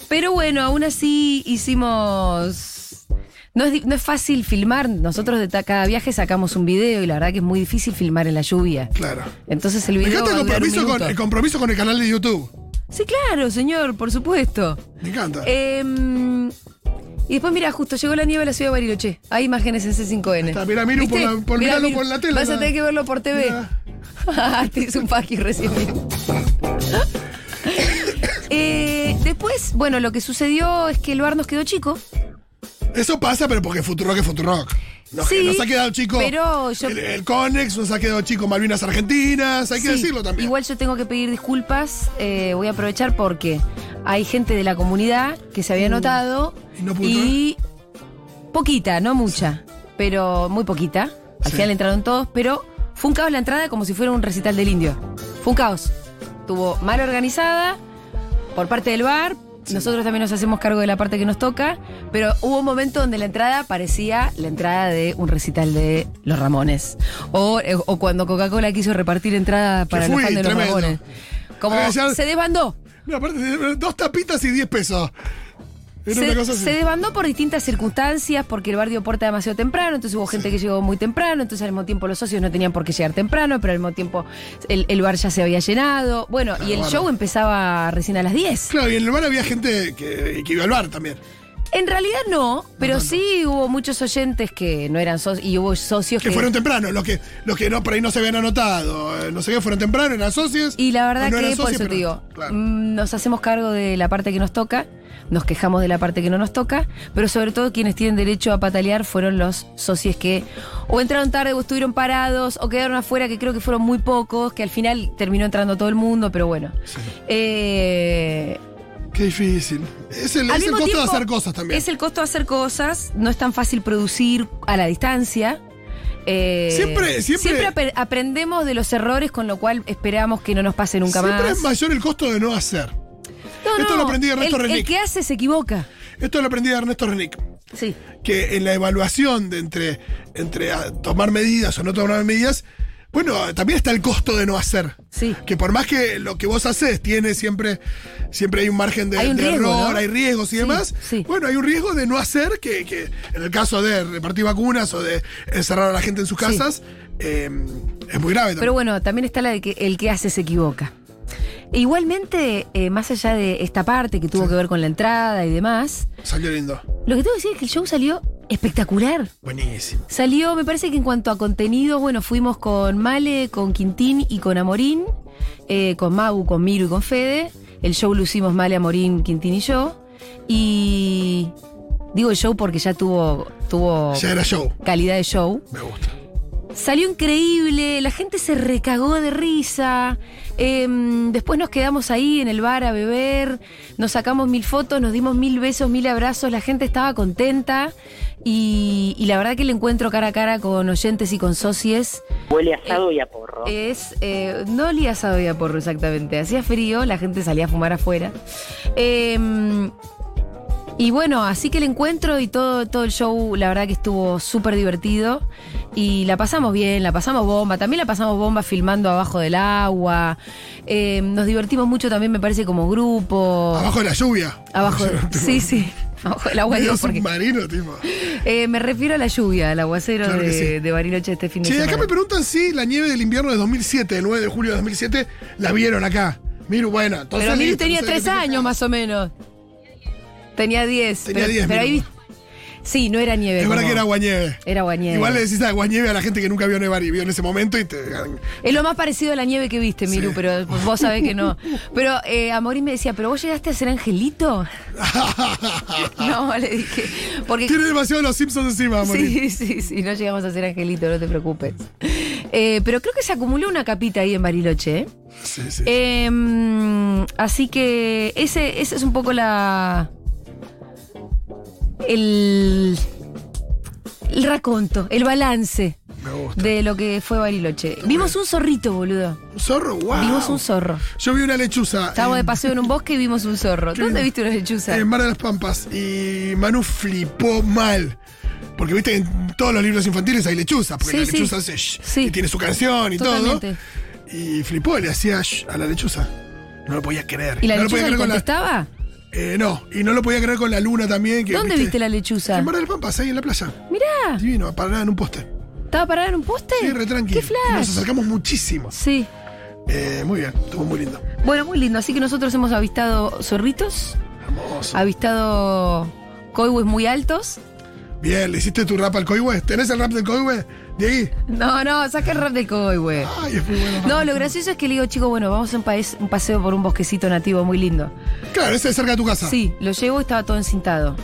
Speaker 1: pero bueno, aún así hicimos. No es, di- no es fácil filmar. Nosotros de ta- cada viaje sacamos un video y la verdad que es muy difícil filmar en la lluvia.
Speaker 2: Claro.
Speaker 1: Entonces el
Speaker 2: Me
Speaker 1: video.
Speaker 2: encanta el
Speaker 1: va a durar un
Speaker 2: compromiso, con,
Speaker 1: minuto.
Speaker 2: el compromiso con el canal de YouTube.
Speaker 1: Sí, claro, señor, por supuesto.
Speaker 2: Me encanta.
Speaker 1: Em, y después, mira, justo llegó la nieve a la ciudad de Bariloche. Hay imágenes en C5N.
Speaker 2: Está, mirá, Miru,
Speaker 1: ¿Viste?
Speaker 2: por la- por
Speaker 1: Mirá,
Speaker 2: mirarlo
Speaker 1: Miru,
Speaker 2: por la tele,
Speaker 1: Vas a
Speaker 2: nada.
Speaker 1: tener que verlo por TV.
Speaker 2: Mirá.
Speaker 1: Te hice un paqui recién. Eh, después, bueno, lo que sucedió es que el bar nos quedó chico.
Speaker 2: Eso pasa, pero porque Futurock es Futurock. Nos,
Speaker 1: Sí,
Speaker 2: nos ha quedado chico.
Speaker 1: pero yo-
Speaker 2: el, el Conex, nos ha quedado chico Malvinas Argentinas, hay que
Speaker 1: Sí,
Speaker 2: decirlo también.
Speaker 1: Igual yo tengo que pedir disculpas. eh, voy a aprovechar porque hay gente de la comunidad que se había notado.
Speaker 2: Mm. ¿y no pudo
Speaker 1: y poquita, no mucha, pero muy poquita. Al
Speaker 2: Sí.
Speaker 1: final entraron todos, pero fue un caos la entrada como si fuera un recital del indio. Fue un caos. Estuvo mal organizada por parte del bar. Nosotros también nos hacemos cargo de la parte que nos toca, pero hubo un momento donde la entrada parecía la entrada de un recital de Los Ramones. O, eh, o cuando Coca-Cola quiso repartir entrada para los
Speaker 2: fui,
Speaker 1: fans de Los
Speaker 2: tremendo.
Speaker 1: Ramones. Como
Speaker 2: Ah, ya-
Speaker 1: se desbandó.
Speaker 2: No, aparte, dos tapitas y diez pesos. Era
Speaker 1: se,
Speaker 2: una cosa así.
Speaker 1: se desbandó por distintas circunstancias, porque el bar dio puerta demasiado temprano, entonces hubo gente que llegó muy temprano, entonces al mismo tiempo los socios no tenían por qué llegar temprano, pero al mismo tiempo el, el bar ya se había llenado. Bueno, y el
Speaker 2: bárbaro.
Speaker 1: show empezaba recién a las 10.
Speaker 2: Claro, y en el bar había gente que, que iba al bar también.
Speaker 1: En realidad no, pero sí hubo muchos oyentes que no eran socios y hubo socios
Speaker 2: Que fueron temprano, los que, los que no, por ahí no se habían anotado, eh, no sé qué, fueron temprano, eran socios.
Speaker 1: Y la verdad
Speaker 2: o Pues no
Speaker 1: que,
Speaker 2: eran
Speaker 1: por
Speaker 2: socios,
Speaker 1: eso te
Speaker 2: pero-
Speaker 1: digo,
Speaker 2: claro.
Speaker 1: mm, nos hacemos cargo de la parte que nos toca, nos quejamos de la parte que no nos toca, pero sobre todo quienes tienen derecho a patalear fueron los socios que o entraron tarde o estuvieron parados o quedaron afuera, que creo que fueron muy pocos, que al final terminó entrando todo el mundo, pero bueno. Eh,
Speaker 2: Qué difícil. Es el,
Speaker 1: al
Speaker 2: es
Speaker 1: mismo
Speaker 2: el costo de
Speaker 1: tiempo,
Speaker 2: hacer cosas también.
Speaker 1: Es el costo de hacer cosas, no es tan fácil producir a la distancia. Eh,
Speaker 2: Siempre- siempre-
Speaker 1: apre- aprendemos de los errores, con lo cual esperamos que no nos pase nunca
Speaker 2: Siempre
Speaker 1: más.
Speaker 2: es mayor el costo de no hacer.
Speaker 1: No,
Speaker 2: Esto
Speaker 1: no,
Speaker 2: lo aprendí de Ernesto
Speaker 1: el, el
Speaker 2: Renick.
Speaker 1: que hace se equivoca.
Speaker 2: Esto lo aprendí de Ernesto Renick.
Speaker 1: Sí.
Speaker 2: que en la evaluación de entre, entre ah, tomar medidas o no tomar medidas, bueno, también está el costo de no hacer.
Speaker 1: Sí.
Speaker 2: Que por más que lo que vos haces tiene siempre, siempre hay un margen de,
Speaker 1: Hay un
Speaker 2: de
Speaker 1: riesgo,
Speaker 2: error,
Speaker 1: ¿no?
Speaker 2: hay riesgos
Speaker 1: Sí,
Speaker 2: y demás.
Speaker 1: sí.
Speaker 2: Bueno, hay un riesgo de no hacer, que, que en el caso de repartir vacunas o de encerrar a la gente en sus casas, eh, es muy grave.
Speaker 1: Pero
Speaker 2: también.
Speaker 1: bueno, también está la de que el que hace se equivoca. E igualmente, eh, más allá de esta parte que tuvo que ver con la entrada y demás,
Speaker 2: Salió lindo.
Speaker 1: lo que tengo que decir es que el show salió espectacular.
Speaker 2: Buenísimo.
Speaker 1: Salió, me parece que en cuanto a contenido, bueno, fuimos con Male, con Quintín y con Amorín, eh, con Magu, con Miro y con Fede. El show lo hicimos Male, Amorín, Quintín y yo. Y digo el show porque ya tuvo, tuvo
Speaker 2: Ya era show.
Speaker 1: calidad de show.
Speaker 2: Me gusta.
Speaker 1: Salió increíble, la gente se recagó de risa. em, después nos quedamos ahí en el bar a beber, nos sacamos mil fotos, nos dimos mil besos, mil abrazos, la gente estaba contenta. Y, y la verdad que el encuentro cara a cara con oyentes y con socies
Speaker 5: Huele a asado y a porro.
Speaker 1: es. eh, no olía asado y a porro exactamente. Hacía frío, la gente salía a fumar afuera. Em, y bueno, así que el encuentro y todo, todo el show, la verdad que estuvo súper divertido. Y la pasamos bien, la pasamos bomba. También la pasamos bomba filmando abajo del agua. Em, nos divertimos mucho también, me parece, como grupo.
Speaker 2: Abajo de la lluvia.
Speaker 1: Abajo
Speaker 2: Tipo,
Speaker 1: de- Sí, sí. Abajo del agua,
Speaker 2: medio
Speaker 1: digo, porque.
Speaker 2: submarino, tipo.
Speaker 1: Eh, me refiero a la lluvia, al aguacero
Speaker 2: Claro que
Speaker 1: de,
Speaker 2: sí.
Speaker 1: de Bariloche este fin de
Speaker 2: Sí,
Speaker 1: semana.
Speaker 2: acá me preguntan si la nieve del invierno de 2007, el 9 de julio de 2007, la vieron acá. Miru, bueno, entonces.
Speaker 1: Pero Miru
Speaker 2: listo,
Speaker 1: tenía
Speaker 2: no sé qué
Speaker 1: tres
Speaker 2: te quejas.
Speaker 1: años más o menos. Tenía 10.
Speaker 2: Tenía
Speaker 1: pero,
Speaker 2: 10,
Speaker 1: pero ahí
Speaker 2: Miru.
Speaker 1: vi- Sí, no era nieve.
Speaker 2: Es verdad
Speaker 1: como-
Speaker 2: que era aguanieve.
Speaker 1: Era aguanieve.
Speaker 2: Igual le decís aguanieve a la gente que nunca vio nevar y vio en ese momento y te.
Speaker 1: Es lo más parecido a la nieve que viste, Miru,
Speaker 2: Sí.
Speaker 1: pero vos sabés que no. Pero eh, Amorín me decía, ¿pero vos llegaste a ser angelito?
Speaker 2: Ah.
Speaker 1: No, le dije. Porque
Speaker 2: Tiene demasiado los Simpsons encima, Moni.
Speaker 1: Sí, sí, sí, no llegamos a ser angelito, no te preocupes. Eh, pero creo que se acumuló una capita ahí en Bariloche. ¿eh?
Speaker 2: Sí, sí.
Speaker 1: Eh, así que ese, ese es un poco la. El. El raconto, el balance
Speaker 2: Me gusta.
Speaker 1: de lo que fue Bariloche. Vimos un zorrito, boludo.
Speaker 2: Un zorro, guau.
Speaker 1: Vimos un zorro.
Speaker 2: Yo vi una lechuza.
Speaker 1: Estábamos
Speaker 2: en-
Speaker 1: de paseo en un bosque y vimos un zorro.
Speaker 2: Qué
Speaker 1: ¿Dónde
Speaker 2: lindo. Em,
Speaker 1: viste una lechuza?
Speaker 2: En Eh, Mar de las Pampas. Y Manu flipó mal. Porque viste que en todos los libros infantiles hay lechuza. Porque
Speaker 1: Sí,
Speaker 2: la
Speaker 1: sí.
Speaker 2: lechuza hace shh,
Speaker 1: Sí.
Speaker 2: y tiene su canción y
Speaker 1: Totalmente.
Speaker 2: todo. Y flipó, le hacía shh a la lechuza. No lo podía creer.
Speaker 1: ¿Y la
Speaker 2: no lo podía
Speaker 1: lechuza le
Speaker 2: creer con la-
Speaker 1: contestaba?
Speaker 2: Eh, no, y no lo podía creer con la luna también. que,
Speaker 1: ¿Dónde viste la lechuza?
Speaker 2: En Mar del Pampas, ahí en la playa.
Speaker 1: Mirá,
Speaker 2: Divino, parada en un poste.
Speaker 1: ¿estaba parada en un poste?
Speaker 2: Sí, re tranqui.
Speaker 1: ¡Qué
Speaker 2: Y Nos
Speaker 1: flash!
Speaker 2: acercamos muchísimo.
Speaker 1: Sí.
Speaker 2: Eh, muy bien, estuvo muy lindo.
Speaker 1: Bueno, muy lindo. Así que nosotros hemos avistado zorritos,
Speaker 2: Hermoso.
Speaker 1: avistado coihues muy altos.
Speaker 2: Bien, ¿le hiciste tu rap al Coihue? ¿Tenés el rap del Coihue? De ahí.
Speaker 1: No, no, saca el rap del coihue.
Speaker 2: Ay, es muy bueno.
Speaker 1: No, lo gracioso es que le digo, chico, bueno, vamos a un, paes- un paseo por un bosquecito nativo muy lindo.
Speaker 2: Claro, ese es cerca de tu casa.
Speaker 1: Sí, lo llevo y estaba todo encintado.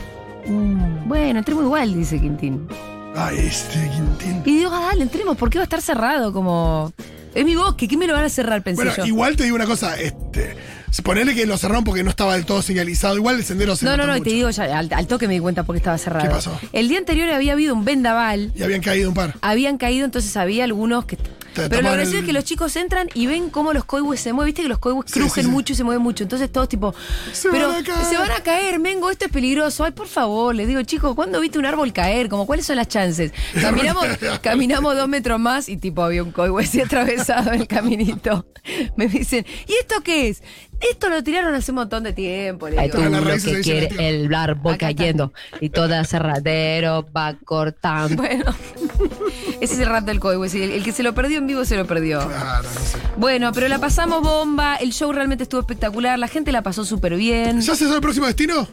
Speaker 2: Mm.
Speaker 1: Bueno, entremos igual, dice Quintín.
Speaker 2: Ay, este Quintín.
Speaker 1: Y digo, ah, dale, entremos, ¿por qué va a estar cerrado? Como. Es mi bosque, ¿qué me lo van a cerrar? Pensé
Speaker 2: Bueno,
Speaker 1: yo.
Speaker 2: igual te digo una cosa, este, ponele que lo cerraron porque no estaba del todo señalizado, igual el sendero se
Speaker 1: No, no,
Speaker 2: nota
Speaker 1: no, y te
Speaker 2: mucho.
Speaker 1: digo, ya, al, al toque me di cuenta por qué estaba cerrado.
Speaker 2: ¿Qué pasó?
Speaker 1: El día anterior había habido un vendaval.
Speaker 2: Y habían caído un par.
Speaker 1: habían caído, entonces había algunos que
Speaker 2: Te
Speaker 1: Pero lo
Speaker 2: tapan
Speaker 1: gracioso
Speaker 2: el-
Speaker 1: es que los chicos entran y ven cómo los coihues se mueven. Viste que los coihues
Speaker 2: Sí,
Speaker 1: crujen
Speaker 2: sí, sí.
Speaker 1: mucho y se mueven mucho. Entonces todos tipo,
Speaker 2: Se
Speaker 1: pero
Speaker 2: van a caer.
Speaker 1: se van a caer, Mengo, esto es peligroso. Ay, por favor, les digo, chicos, ¿cuándo viste un árbol caer? Como, ¿cuáles son las chances? Caminamos, caminamos dos metros más y tipo había un coihue así atravesado en el caminito. Me dicen, ¿y esto qué es? Esto lo tiraron hace un montón de tiempo. le
Speaker 6: Hay
Speaker 1: digo.
Speaker 6: todo
Speaker 2: las
Speaker 6: lo
Speaker 2: raíces
Speaker 6: que
Speaker 2: de
Speaker 6: quiere
Speaker 2: genética.
Speaker 6: el árbol
Speaker 1: Acá está.
Speaker 6: cayendo y toda cerradero va cortando.
Speaker 1: Bueno, ese es el rap del coihue. sí, El, el que se lo perdió en vivo se lo perdió.
Speaker 2: Claro, no sé.
Speaker 1: Bueno, pero la pasamos bomba, el show realmente estuvo espectacular, la gente la pasó súper bien.
Speaker 2: ¿Ya se sabe el próximo destino?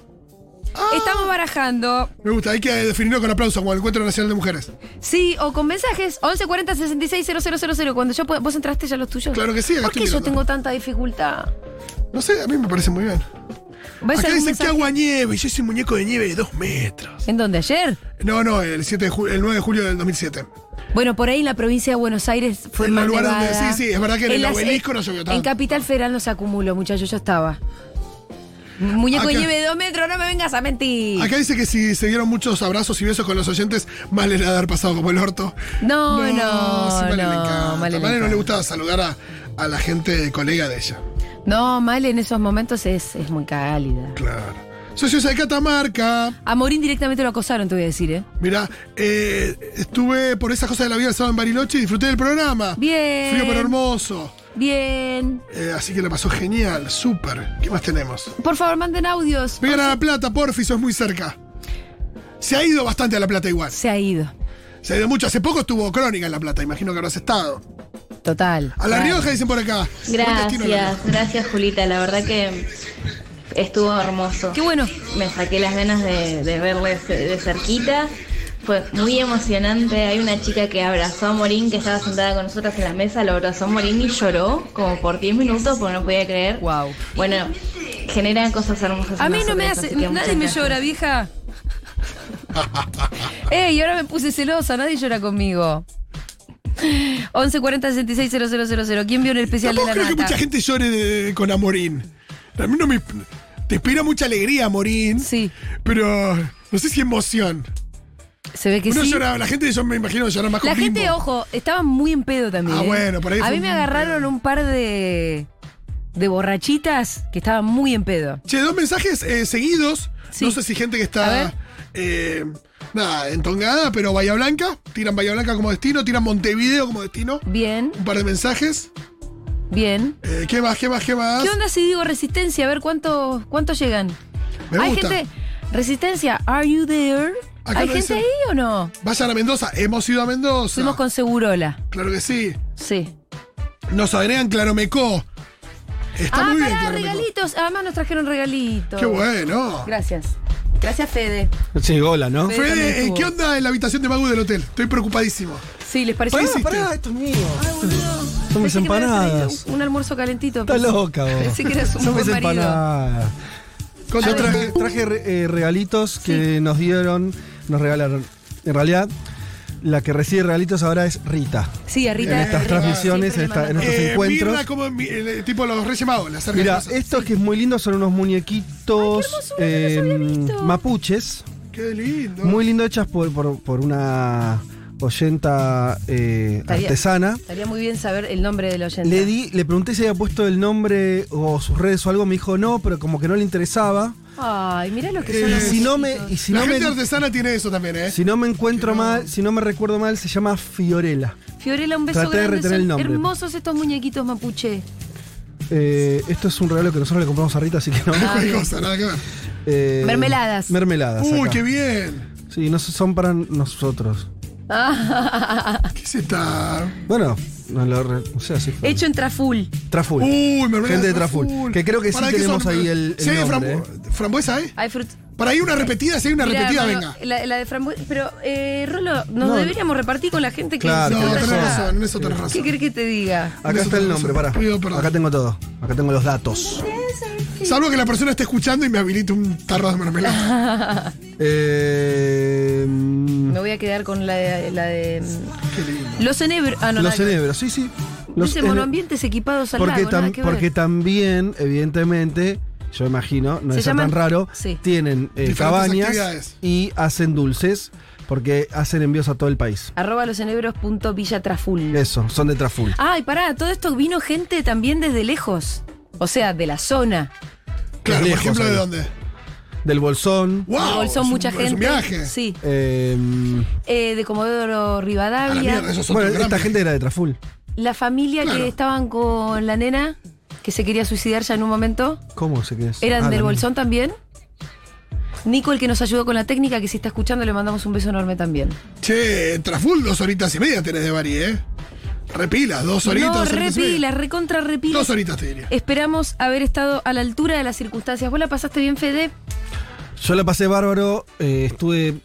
Speaker 1: Estamos barajando,
Speaker 2: Me gusta, hay que definirlo con aplauso, como el Encuentro Nacional de Mujeres.
Speaker 1: sí, o con mensajes, 1140 000 cuando yo pueda- vos entraste ya los tuyos.
Speaker 2: Claro que sí, acá
Speaker 1: ¿Por qué
Speaker 2: estoy
Speaker 1: yo
Speaker 2: mirando.
Speaker 1: tengo tanta dificultad?
Speaker 2: No sé, a mí me parece muy bien.
Speaker 1: ¿Ves
Speaker 2: Acá
Speaker 1: algún
Speaker 2: dicen que
Speaker 1: mensaje?
Speaker 2: agua nieve, y yo soy un muñeco de nieve de dos metros.
Speaker 1: ¿En dónde? ¿Ayer?
Speaker 2: No, no, el, 7 de ju- el 9 de julio del 2007.
Speaker 1: Bueno, por ahí en la provincia de Buenos Aires fue
Speaker 2: En
Speaker 1: más
Speaker 2: el lugar donde-
Speaker 1: nevada.
Speaker 2: sí, sí, es verdad que en el
Speaker 1: las-
Speaker 2: obelisco no llovió tanto.
Speaker 1: En Capital Federal no se acumuló, muchachos, yo estaba. Muñeco de
Speaker 2: Acá-
Speaker 1: nieve de dos metros, no me vengas a mentir.
Speaker 2: Acá dice que si se dieron muchos abrazos y besos con los oyentes, más les ha de haber pasado como el orto.
Speaker 1: No, no,
Speaker 2: sí, Male le
Speaker 1: no,
Speaker 2: encanta.
Speaker 1: Male le
Speaker 2: Male no
Speaker 1: encanta.
Speaker 2: le gustaba saludar a, a la gente colega de ella.
Speaker 1: No, Mal en esos momentos es, es muy cálida.
Speaker 2: Claro. Socios de Catamarca.
Speaker 1: A Morín directamente lo acosaron, te voy a decir, ¿eh?
Speaker 2: Mirá, eh, estuve por esas cosas de la vida el sábado en Bariloche y disfruté del programa.
Speaker 1: Bien.
Speaker 2: Frío pero hermoso.
Speaker 1: Bien.
Speaker 2: Eh, así que la pasó genial, súper. ¿Qué más tenemos?
Speaker 1: Por favor, manden audios.
Speaker 2: Vengan a La Plata, porfis, es muy cerca. Se ha ido bastante a La Plata igual.
Speaker 1: Se ha ido.
Speaker 2: Se ha ido mucho. Hace poco estuvo Crónica en La Plata, imagino que habrás estado.
Speaker 1: Total.
Speaker 2: A La Rioja dicen por acá. Buen destino, La
Speaker 7: Gracias,
Speaker 2: Rioja.
Speaker 7: gracias Julita, la verdad que estuvo hermoso.
Speaker 1: Qué bueno.
Speaker 7: Me saqué las ganas de, de verles de cerquita. Fue muy emocionante. Hay una chica que abrazó a Morín, que estaba sentada con nosotras en la mesa, lo abrazó a Morín y lloró como por 10 minutos porque no podía creer.
Speaker 1: Guau.
Speaker 7: Bueno, generan cosas hermosas.
Speaker 1: A mí
Speaker 7: en
Speaker 1: no me
Speaker 7: nosotras,
Speaker 1: hace.
Speaker 7: así que
Speaker 1: Nadie
Speaker 7: muchas
Speaker 1: me
Speaker 7: gracias.
Speaker 1: llora, vieja. Ey, ahora me puse celosa, nadie llora conmigo. 1140 000. ¿Quién vio en el especial de
Speaker 2: Tampoco
Speaker 1: la
Speaker 2: creo que
Speaker 1: nata?
Speaker 2: mucha gente llore de- con Amorín. A mí no me. Te inspira mucha alegría, Amorín.
Speaker 1: Sí.
Speaker 2: Pero no sé si emoción.
Speaker 1: Se ve que
Speaker 2: Uno
Speaker 1: sí.
Speaker 2: llora, la gente yo me imagino llora más con
Speaker 1: La gente,
Speaker 2: Bimbo.
Speaker 1: ojo, estaba muy en pedo también.
Speaker 2: Ah,
Speaker 1: ¿eh?
Speaker 2: bueno, por ahí
Speaker 1: A
Speaker 2: fue
Speaker 1: mí me
Speaker 2: muy en
Speaker 1: agarraron
Speaker 2: pedo.
Speaker 1: un par de, de borrachitas que estaban muy en pedo.
Speaker 2: Che, dos mensajes eh, seguidos.
Speaker 1: Sí.
Speaker 2: No sé si gente que
Speaker 1: A ver.
Speaker 2: está. eh, nada, entongada, pero Bahía Blanca. Tiran Bahía Blanca como destino, tiran Montevideo como destino.
Speaker 1: Bien,
Speaker 2: Un par de mensajes.
Speaker 1: bien.
Speaker 2: Eh, ¿Qué más, qué más, qué más?
Speaker 1: ¿Qué onda si digo resistencia? A ver cuánto, cuánto llegan.
Speaker 2: Me
Speaker 1: Hay
Speaker 2: gusta.
Speaker 1: gente. Resistencia, ¿are you there?
Speaker 2: Acá
Speaker 1: ¿Hay
Speaker 2: lo
Speaker 1: gente
Speaker 2: dicen.
Speaker 1: ahí o no?
Speaker 2: Vayan a Mendoza. Hemos ido a Mendoza.
Speaker 1: Fuimos con Segurola.
Speaker 2: Claro que sí.
Speaker 1: Sí.
Speaker 2: Nos agregan Claromecó. Está
Speaker 1: ah,
Speaker 2: muy bien,
Speaker 1: pará,
Speaker 2: Claromecó.
Speaker 1: regalitos. Además nos trajeron regalitos.
Speaker 2: Qué bueno.
Speaker 1: Gracias. Gracias, Fede.
Speaker 8: Sí, hola, ¿no?
Speaker 1: Fede también
Speaker 2: Fede, eh,
Speaker 1: estuvo.
Speaker 2: ¿qué onda en la habitación de Magu del hotel? Estoy preocupadísimo.
Speaker 1: Sí, ¿les pareció?
Speaker 2: ¿Qué
Speaker 8: Pará,
Speaker 2: hiciste?
Speaker 8: pará, esto es mío. Son mis
Speaker 1: Pensé que me habías traído
Speaker 8: empanadas.
Speaker 1: Un almuerzo calentito.
Speaker 8: Está
Speaker 1: pensé-
Speaker 8: loca, vos.
Speaker 1: Pensé que eras un
Speaker 8: Son
Speaker 1: buen
Speaker 8: mis
Speaker 1: marido.
Speaker 8: empanadas.
Speaker 2: Con
Speaker 8: Yo
Speaker 2: otra-
Speaker 8: traje, traje re- eh, regalitos que nos dieron, nos regalaron. En realidad, la que recibe regalitos ahora es Rita.
Speaker 1: Sí, a Rita.
Speaker 8: En estas
Speaker 1: Rita,
Speaker 8: transmisiones,
Speaker 1: siempre le
Speaker 8: en esta- en
Speaker 1: mandamos.
Speaker 8: estos
Speaker 2: Eh,
Speaker 8: encuentros.
Speaker 2: Mirna como mi- el- eh, tipo los Reyes Magos, la cerca
Speaker 8: Mira,
Speaker 2: de cosas.
Speaker 8: estos que es muy lindo son unos muñequitos
Speaker 1: Ay, qué hermosura, no los había
Speaker 8: em,
Speaker 1: visto.
Speaker 8: mapuches,
Speaker 2: Qué lindo.
Speaker 8: muy lindo hechas por, por, por una oyenta eh,
Speaker 1: Está bien.
Speaker 8: artesana.
Speaker 1: Estaría muy bien saber el nombre del oyente.
Speaker 8: Le di, le pregunté si había puesto el nombre o sus redes o algo, me dijo no, pero como que no le interesaba.
Speaker 1: Ay, mirá lo que
Speaker 2: Eh,
Speaker 1: son
Speaker 8: Y
Speaker 1: los
Speaker 8: si no me, y
Speaker 1: bichitos.
Speaker 8: si
Speaker 2: la
Speaker 8: no me,
Speaker 2: gente artesana tiene eso también, ¿eh?
Speaker 8: si no me encuentro mal, si no me recuerdo mal, se llama Fiorella.
Speaker 1: Fiorella, un beso
Speaker 8: Traté de
Speaker 1: grande.
Speaker 8: retener
Speaker 1: son
Speaker 8: el nombre.
Speaker 1: Hermosos estos muñequitos mapuche.
Speaker 8: Eh, esto es un regalo que nosotros le compramos a Rita, así que no.
Speaker 2: No hay cosa, nada que ver.
Speaker 8: Eh,
Speaker 1: Ah. Mermeladas.
Speaker 8: Mermeladas.
Speaker 2: Uy,
Speaker 8: acá.
Speaker 2: qué bien.
Speaker 8: Sí, no son para nosotros.
Speaker 2: ¿Qué es esta?
Speaker 8: Bueno, no lo re- o sea, sí.
Speaker 1: Hecho en traful.
Speaker 8: Traful.
Speaker 2: Uy, me
Speaker 8: Gente de Traful. Que creo que sí tenemos ahí el, el
Speaker 2: Si hay
Speaker 8: nombre,
Speaker 2: frambu- frambuesa, ¿eh?
Speaker 1: Hay frut.
Speaker 2: Para ahí una repetida, si hay una
Speaker 1: Mirá,
Speaker 2: repetida,
Speaker 1: Rolo,
Speaker 2: venga.
Speaker 1: La, la de frambuesa. Pero, eh, Rolo, nos
Speaker 8: No.
Speaker 1: deberíamos repartir con la gente que
Speaker 8: Claro,
Speaker 1: se
Speaker 2: No,
Speaker 1: trata
Speaker 2: tenés
Speaker 1: ya.
Speaker 2: razón, en eso tenés
Speaker 1: ¿Qué
Speaker 2: razón.
Speaker 1: querés que te diga?
Speaker 8: Acá está el
Speaker 2: Nosotros
Speaker 8: nombre, pará.
Speaker 2: pido perdón.
Speaker 8: Acá tengo todo. Acá tengo los datos.
Speaker 2: Salvo que la persona esté escuchando y me habilite un tarro de mermelada.
Speaker 8: Eh, mm,
Speaker 1: Me voy a quedar con la de. La de mm, los enebros. Ah, no,
Speaker 8: los
Speaker 1: nada que-
Speaker 8: cerebros, sí, sí. Los
Speaker 1: Dice
Speaker 8: ene-
Speaker 1: monoambientes equipados al
Speaker 8: porque,
Speaker 1: lago, nada
Speaker 8: tam-
Speaker 1: que ver.
Speaker 8: porque también, evidentemente, yo imagino, no
Speaker 1: Se
Speaker 8: es ya
Speaker 1: llaman-
Speaker 8: tan raro,
Speaker 1: sí.
Speaker 8: tienen eh,
Speaker 2: Diferentes actividades.
Speaker 8: cabañas y hacen dulces porque hacen envíos a todo el país.
Speaker 1: Arroba losenebros.villatraful.
Speaker 8: Eso, son de Traful.
Speaker 1: Ay, pará, todo esto vino gente también desde lejos. O sea, de la zona.
Speaker 2: Claro, por
Speaker 8: lejos,
Speaker 2: ejemplo, ¿de
Speaker 8: ahí.
Speaker 2: dónde?
Speaker 8: Del Bolsón,
Speaker 2: ¡Wow!
Speaker 1: Igual son
Speaker 2: es un-
Speaker 1: mucha
Speaker 2: es
Speaker 1: gente.
Speaker 2: un viaje.
Speaker 1: Sí.
Speaker 8: eh,
Speaker 1: Eh, de Comodoro
Speaker 2: A la
Speaker 1: Rivadavia.
Speaker 2: mierda, esos son
Speaker 8: Bueno,
Speaker 2: tus
Speaker 8: esta
Speaker 2: grandes.
Speaker 8: gente era de Traful.
Speaker 1: La familia
Speaker 2: Claro.
Speaker 1: que estaban con la nena, que se quería suicidar ya en un momento,
Speaker 8: ¿Cómo se quedó? Ah,
Speaker 1: eran del Bolsón también. Nico, el que nos ayudó con la técnica, que si está escuchando, le mandamos un beso enorme también.
Speaker 2: Che, en Traful dos horitas y media tenés de Bari, ¿eh? Repilas, dos horitas.
Speaker 1: no,
Speaker 2: dos horitas y media.
Speaker 1: repilas, recontra repilas.
Speaker 2: Dos horitas te diría.
Speaker 1: Esperamos haber estado a la altura de las circunstancias. ¿Vos la pasaste bien, Fede?
Speaker 8: Yo la pasé bárbaro, eh, estuve...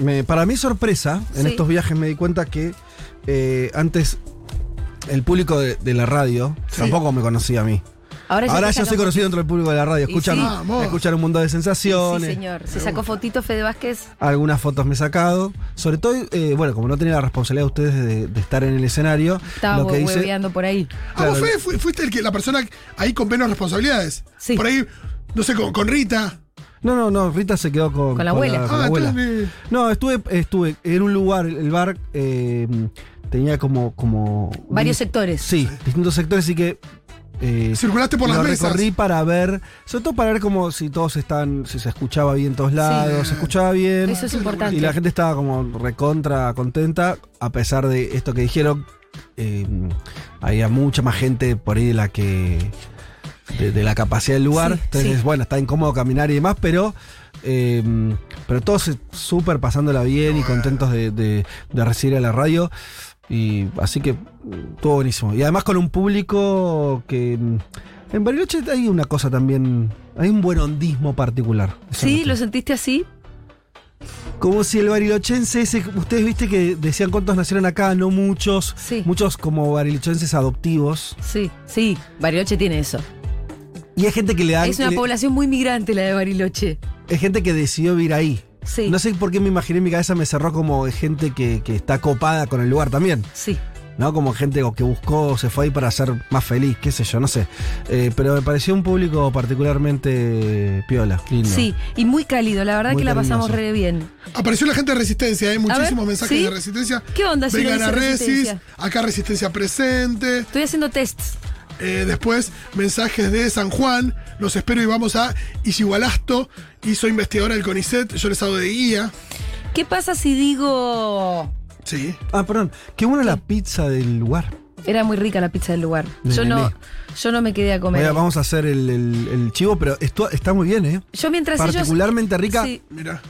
Speaker 8: me- para mi sorpresa, en
Speaker 1: Sí.
Speaker 8: estos viajes me di cuenta que eh, antes el público de, de la radio tampoco me conocía a mí. Ahora
Speaker 1: se
Speaker 8: ya soy
Speaker 1: sacó-
Speaker 8: conocido dentro del público de la radio.
Speaker 1: Y
Speaker 8: Escuchan,
Speaker 1: sí.
Speaker 2: Vamos.
Speaker 8: escuchan un mundo de
Speaker 1: Sí,
Speaker 8: sensaciones.
Speaker 1: señor. Se sacó fotito Fede Vázquez.
Speaker 8: Algunas fotos me he sacado. Sobre todo, eh, bueno, como no tenía la responsabilidad de ustedes de, de estar en el escenario,
Speaker 1: Estaba
Speaker 8: lo que hice-
Speaker 1: hueveando por ahí.
Speaker 2: Ah, vos
Speaker 8: claro.
Speaker 2: fue- fu- fuiste el que, la persona ahí con menos responsabilidades.
Speaker 1: Sí.
Speaker 2: Por ahí, no sé, con, con Rita.
Speaker 8: No, no, no, Rita se quedó con,
Speaker 1: Con la abuela.
Speaker 8: con la
Speaker 2: Ah,
Speaker 8: abuela.
Speaker 2: entonces, eh,
Speaker 8: No, estuve, estuve en un lugar, el bar eh, tenía como, como
Speaker 1: Varios sectores.
Speaker 8: Sí, distintos sectores, así que eh,
Speaker 2: Circulaste por
Speaker 8: lo
Speaker 2: las mesas.
Speaker 8: recorrí para ver, sobre todo para ver como si todos están, si se escuchaba bien en todos lados, se escuchaba bien.
Speaker 1: Eso es importante.
Speaker 8: Y la gente estaba como recontra contenta, a pesar de esto que dijeron. eh, había mucha más gente por ahí de la que. de, de la capacidad del lugar.
Speaker 1: Sí,
Speaker 8: Entonces,
Speaker 1: sí.
Speaker 8: bueno, está incómodo caminar y demás, pero. eh, pero todos eh, súper pasándola bien y contentos de, de- de recibir a la radio. Y así que mm, estuvo buenísimo. Y además con un público que. mm, En Bariloche hay una cosa también. Hay un buen ondismo particular. Eso
Speaker 1: ¿Sí?
Speaker 8: noté.
Speaker 1: ¿Lo sentiste así?
Speaker 8: Como si el barilochense ese, ustedes viste que decían cuántos nacieron acá, no muchos,
Speaker 1: Sí.
Speaker 8: muchos como barilochenses adoptivos.
Speaker 1: Sí, sí. Bariloche tiene eso.
Speaker 8: Y hay gente que le da,
Speaker 1: Es una
Speaker 8: le-
Speaker 1: población muy migrante la de Bariloche.
Speaker 8: hay gente que decidió vivir ahí.
Speaker 1: Sí.
Speaker 8: No sé por qué me imaginé en mi cabeza me cerró como gente que, que está copada con el lugar también,
Speaker 1: Sí.
Speaker 8: ¿no? Como gente o que buscó, se fue ahí para ser más feliz, qué sé yo, no sé. Eh, pero me pareció un público particularmente piola. lindo.
Speaker 1: Sí, y muy cálido, la verdad
Speaker 8: Muy
Speaker 1: que la pasamos re
Speaker 8: cariñoso.
Speaker 1: bien.
Speaker 2: Apareció la gente de Resistencia, hay muchísimos
Speaker 1: ver,
Speaker 2: mensajes
Speaker 1: ¿sí?
Speaker 2: de Resistencia.
Speaker 1: ¿Qué onda si
Speaker 2: Vengan
Speaker 1: no
Speaker 2: a
Speaker 1: dice
Speaker 2: Resis,
Speaker 1: Resistencia?
Speaker 2: acá Resistencia presente.
Speaker 1: Estoy haciendo tests.
Speaker 2: Eh, después, mensajes de San Juan. Los espero y vamos a Ishigualasto. Y soy investigadora del CONICET. Yo les hago de guía.
Speaker 1: ¿Qué pasa si digo...
Speaker 2: Sí.
Speaker 8: Ah, perdón, qué buena la pizza del lugar.
Speaker 1: Era muy rica la pizza del lugar.
Speaker 8: De
Speaker 1: Yo no,
Speaker 8: Nené.
Speaker 1: yo no me quedé a comer.
Speaker 8: Bueno, vamos a hacer el, el- el chivo, pero esto está muy bien, ¿eh?
Speaker 1: Yo mientras ellos-
Speaker 8: Particularmente rica.
Speaker 1: Sí,
Speaker 2: Mira.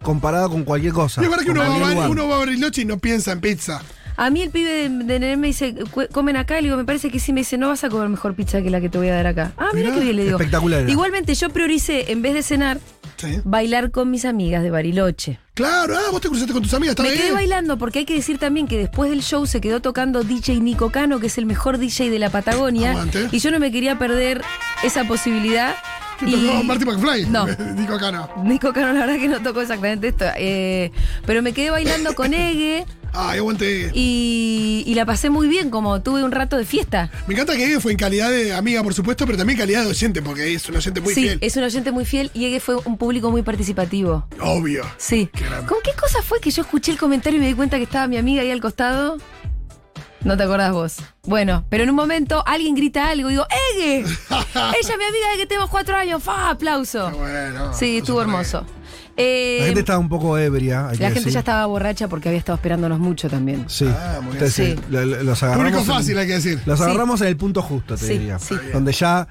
Speaker 8: comparado con cualquier cosa.
Speaker 2: Y es verdad que
Speaker 8: Ah, Con
Speaker 2: uno va, a
Speaker 8: cualquier
Speaker 2: Bar-
Speaker 8: lugar.
Speaker 2: uno va a Bariloche y no piensa en pizza.
Speaker 1: A mí el pibe de, de Nené me dice, "Cu- comen acá, y le digo, me parece que sí, me dice, no vas a comer mejor pizza que la que te voy a dar acá. Ah, mira
Speaker 2: Mirá,
Speaker 1: qué bien le digo.
Speaker 8: espectacular era.
Speaker 1: Igualmente, yo prioricé, en vez de cenar,
Speaker 2: Sí.
Speaker 1: bailar con mis amigas de Bariloche.
Speaker 2: Claro, ah, vos te cruzaste con tus amigas, está
Speaker 1: Me
Speaker 2: bien.
Speaker 1: quedé bailando porque hay que decir también que después del show se quedó tocando DJ Nico Cano, que es el mejor DJ de la Patagonia.
Speaker 2: Aguante.
Speaker 1: Y yo no me quería perder esa posibilidad.
Speaker 2: Te
Speaker 1: y-
Speaker 2: tocó Marty McFly.
Speaker 1: No.
Speaker 2: Digo acá no.
Speaker 1: Nico Cano, la verdad que no tocó exactamente esto. eh, pero me quedé bailando con Ege
Speaker 2: Ay, aguante.
Speaker 1: y, y la pasé muy bien, como tuve un rato de fiesta.
Speaker 2: Me encanta que Ege fue en calidad de amiga, por supuesto, pero también en calidad de oyente, porque es un oyente muy
Speaker 1: sí,
Speaker 2: fiel.
Speaker 1: es un oyente muy fiel y Ege fue un público muy participativo.
Speaker 2: Obvio.
Speaker 1: Sí.
Speaker 2: Qué grande.
Speaker 1: ¿Con qué cosa fue que yo escuché el comentario y me di cuenta que estaba mi amiga ahí al costado? No te acordás vos. Bueno, pero en un momento alguien grita algo y digo, ¡Ege! Ella es mi amiga de que tenemos cuatro años. ¡Fa! ¡Aplauso!
Speaker 2: Bueno.
Speaker 1: Sí, estuvo hermoso. Eh,
Speaker 8: La gente estaba un poco ebria. hay que decir.
Speaker 1: ya estaba borracha porque había estado esperándonos mucho también.
Speaker 8: Sí.
Speaker 2: Ah, muy bien.
Speaker 8: Es decir,
Speaker 1: Sí.
Speaker 8: la- la- los agarramos.
Speaker 2: Público fácil,
Speaker 8: en,
Speaker 2: hay que decir.
Speaker 8: Los
Speaker 1: Sí.
Speaker 8: agarramos en el punto justo, te
Speaker 1: Sí,
Speaker 8: diría.
Speaker 1: sí.
Speaker 8: Donde ya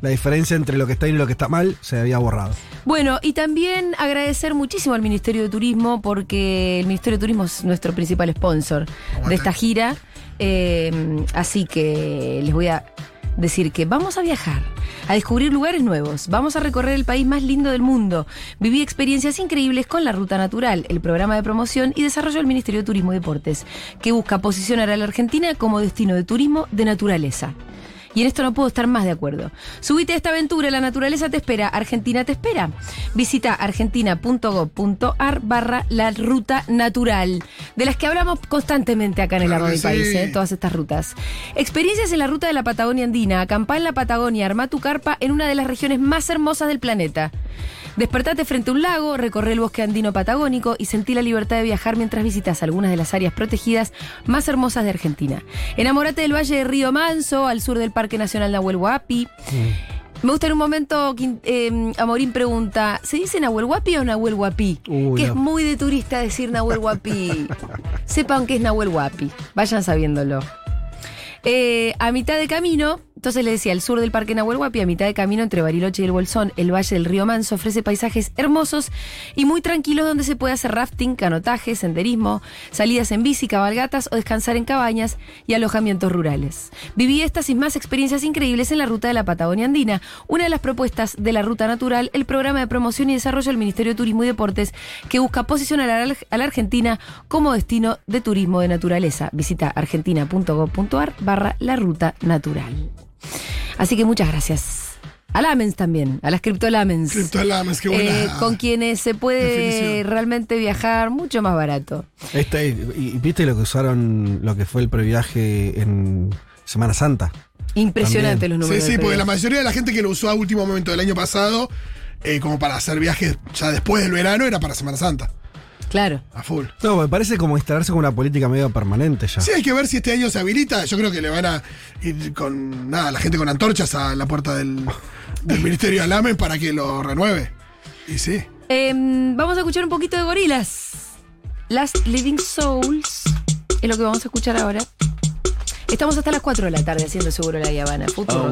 Speaker 8: la diferencia entre lo que está bien y lo que está mal se había borrado.
Speaker 1: Bueno, y también agradecer muchísimo al Ministerio de Turismo porque el Ministerio de Turismo es nuestro principal sponsor de esta gira. Eh, así que les voy a decir que vamos a viajar, a descubrir lugares nuevos, vamos a recorrer el país más lindo del mundo, viví experiencias increíbles con la Ruta Natural, el programa de promoción y desarrollo del Ministerio de Turismo y Deportes, que busca posicionar a la Argentina como destino de turismo de naturaleza. Y en esto no puedo estar más de acuerdo. Subite a esta aventura, la naturaleza te espera, Argentina te espera. Visita argentina.gov.ar barra la ruta natural, de las que hablamos constantemente acá en el
Speaker 2: Claro
Speaker 1: Arma
Speaker 2: que
Speaker 1: del País,
Speaker 2: sí.
Speaker 1: ¿eh? todas estas rutas. Experiencias en la ruta de la Patagonia Andina, acampá en la Patagonia, armá tu carpa en una de las regiones más hermosas del planeta. Despertate frente a un lago, recorre el bosque andino patagónico y sentí la libertad de viajar mientras visitas algunas de las áreas protegidas más hermosas de Argentina. Enamorate del Valle de Río Manso, al sur del Parque Nacional Nahuel Huapi.
Speaker 8: Mm.
Speaker 1: Me gusta en un momento, Quin- eh, Amorín pregunta, ¿se dice Nahuel Huapi o Nahuel Huapi?
Speaker 8: Uy,
Speaker 1: que
Speaker 8: no.
Speaker 1: es muy de turista decir Nahuel Huapi. Sepan que es Nahuel Huapi, vayan sabiéndolo. Eh, a mitad de camino, entonces le decía, al sur del Parque Nahuel Huapi, a mitad de camino entre Bariloche y el Bolsón, el Valle del Río Manso ofrece paisajes hermosos y muy tranquilos donde se puede hacer rafting, canotaje, senderismo, salidas en bici, cabalgatas o descansar en cabañas y alojamientos rurales. Viví estas y más experiencias increíbles en la ruta de la Patagonia Andina, una de las propuestas de la Ruta Natural, el programa de promoción y desarrollo del Ministerio de Turismo y Deportes que busca posicionar a la, a la Argentina como destino de turismo de naturaleza. Visita argentina.gov.ar barra la ruta natural. Así que muchas gracias. A Lamens también, a las criptolamens.
Speaker 2: Criptolamas, qué buena.
Speaker 1: Eh, con quienes se puede
Speaker 2: definición.
Speaker 1: realmente viajar mucho más barato.
Speaker 8: Esta- y, Este, y viste lo que usaron, lo que fue el previaje en Semana Santa.
Speaker 1: Impresionante
Speaker 8: También.
Speaker 1: los
Speaker 2: Sí,
Speaker 1: números.
Speaker 2: sí,
Speaker 1: de
Speaker 2: porque la
Speaker 1: pedidos.
Speaker 2: mayoría de la gente que lo usó a último momento del año pasado, eh, como para hacer viajes ya después del verano, era para Semana Santa,
Speaker 1: Claro.
Speaker 2: a full.
Speaker 8: No, me parece como instalarse con una política medio permanente ya.
Speaker 2: Sí, hay que ver si este año se habilita. Yo creo que le van a ir con nada, la gente con antorchas a la puerta del, del Ministerio de Alamen para que lo renueve. Y sí.
Speaker 1: Em, vamos a escuchar un poquito de gorilas. Las Living Souls es lo que vamos a escuchar ahora. Estamos hasta las 4 de la tarde haciendo seguro la Habana. Futuro.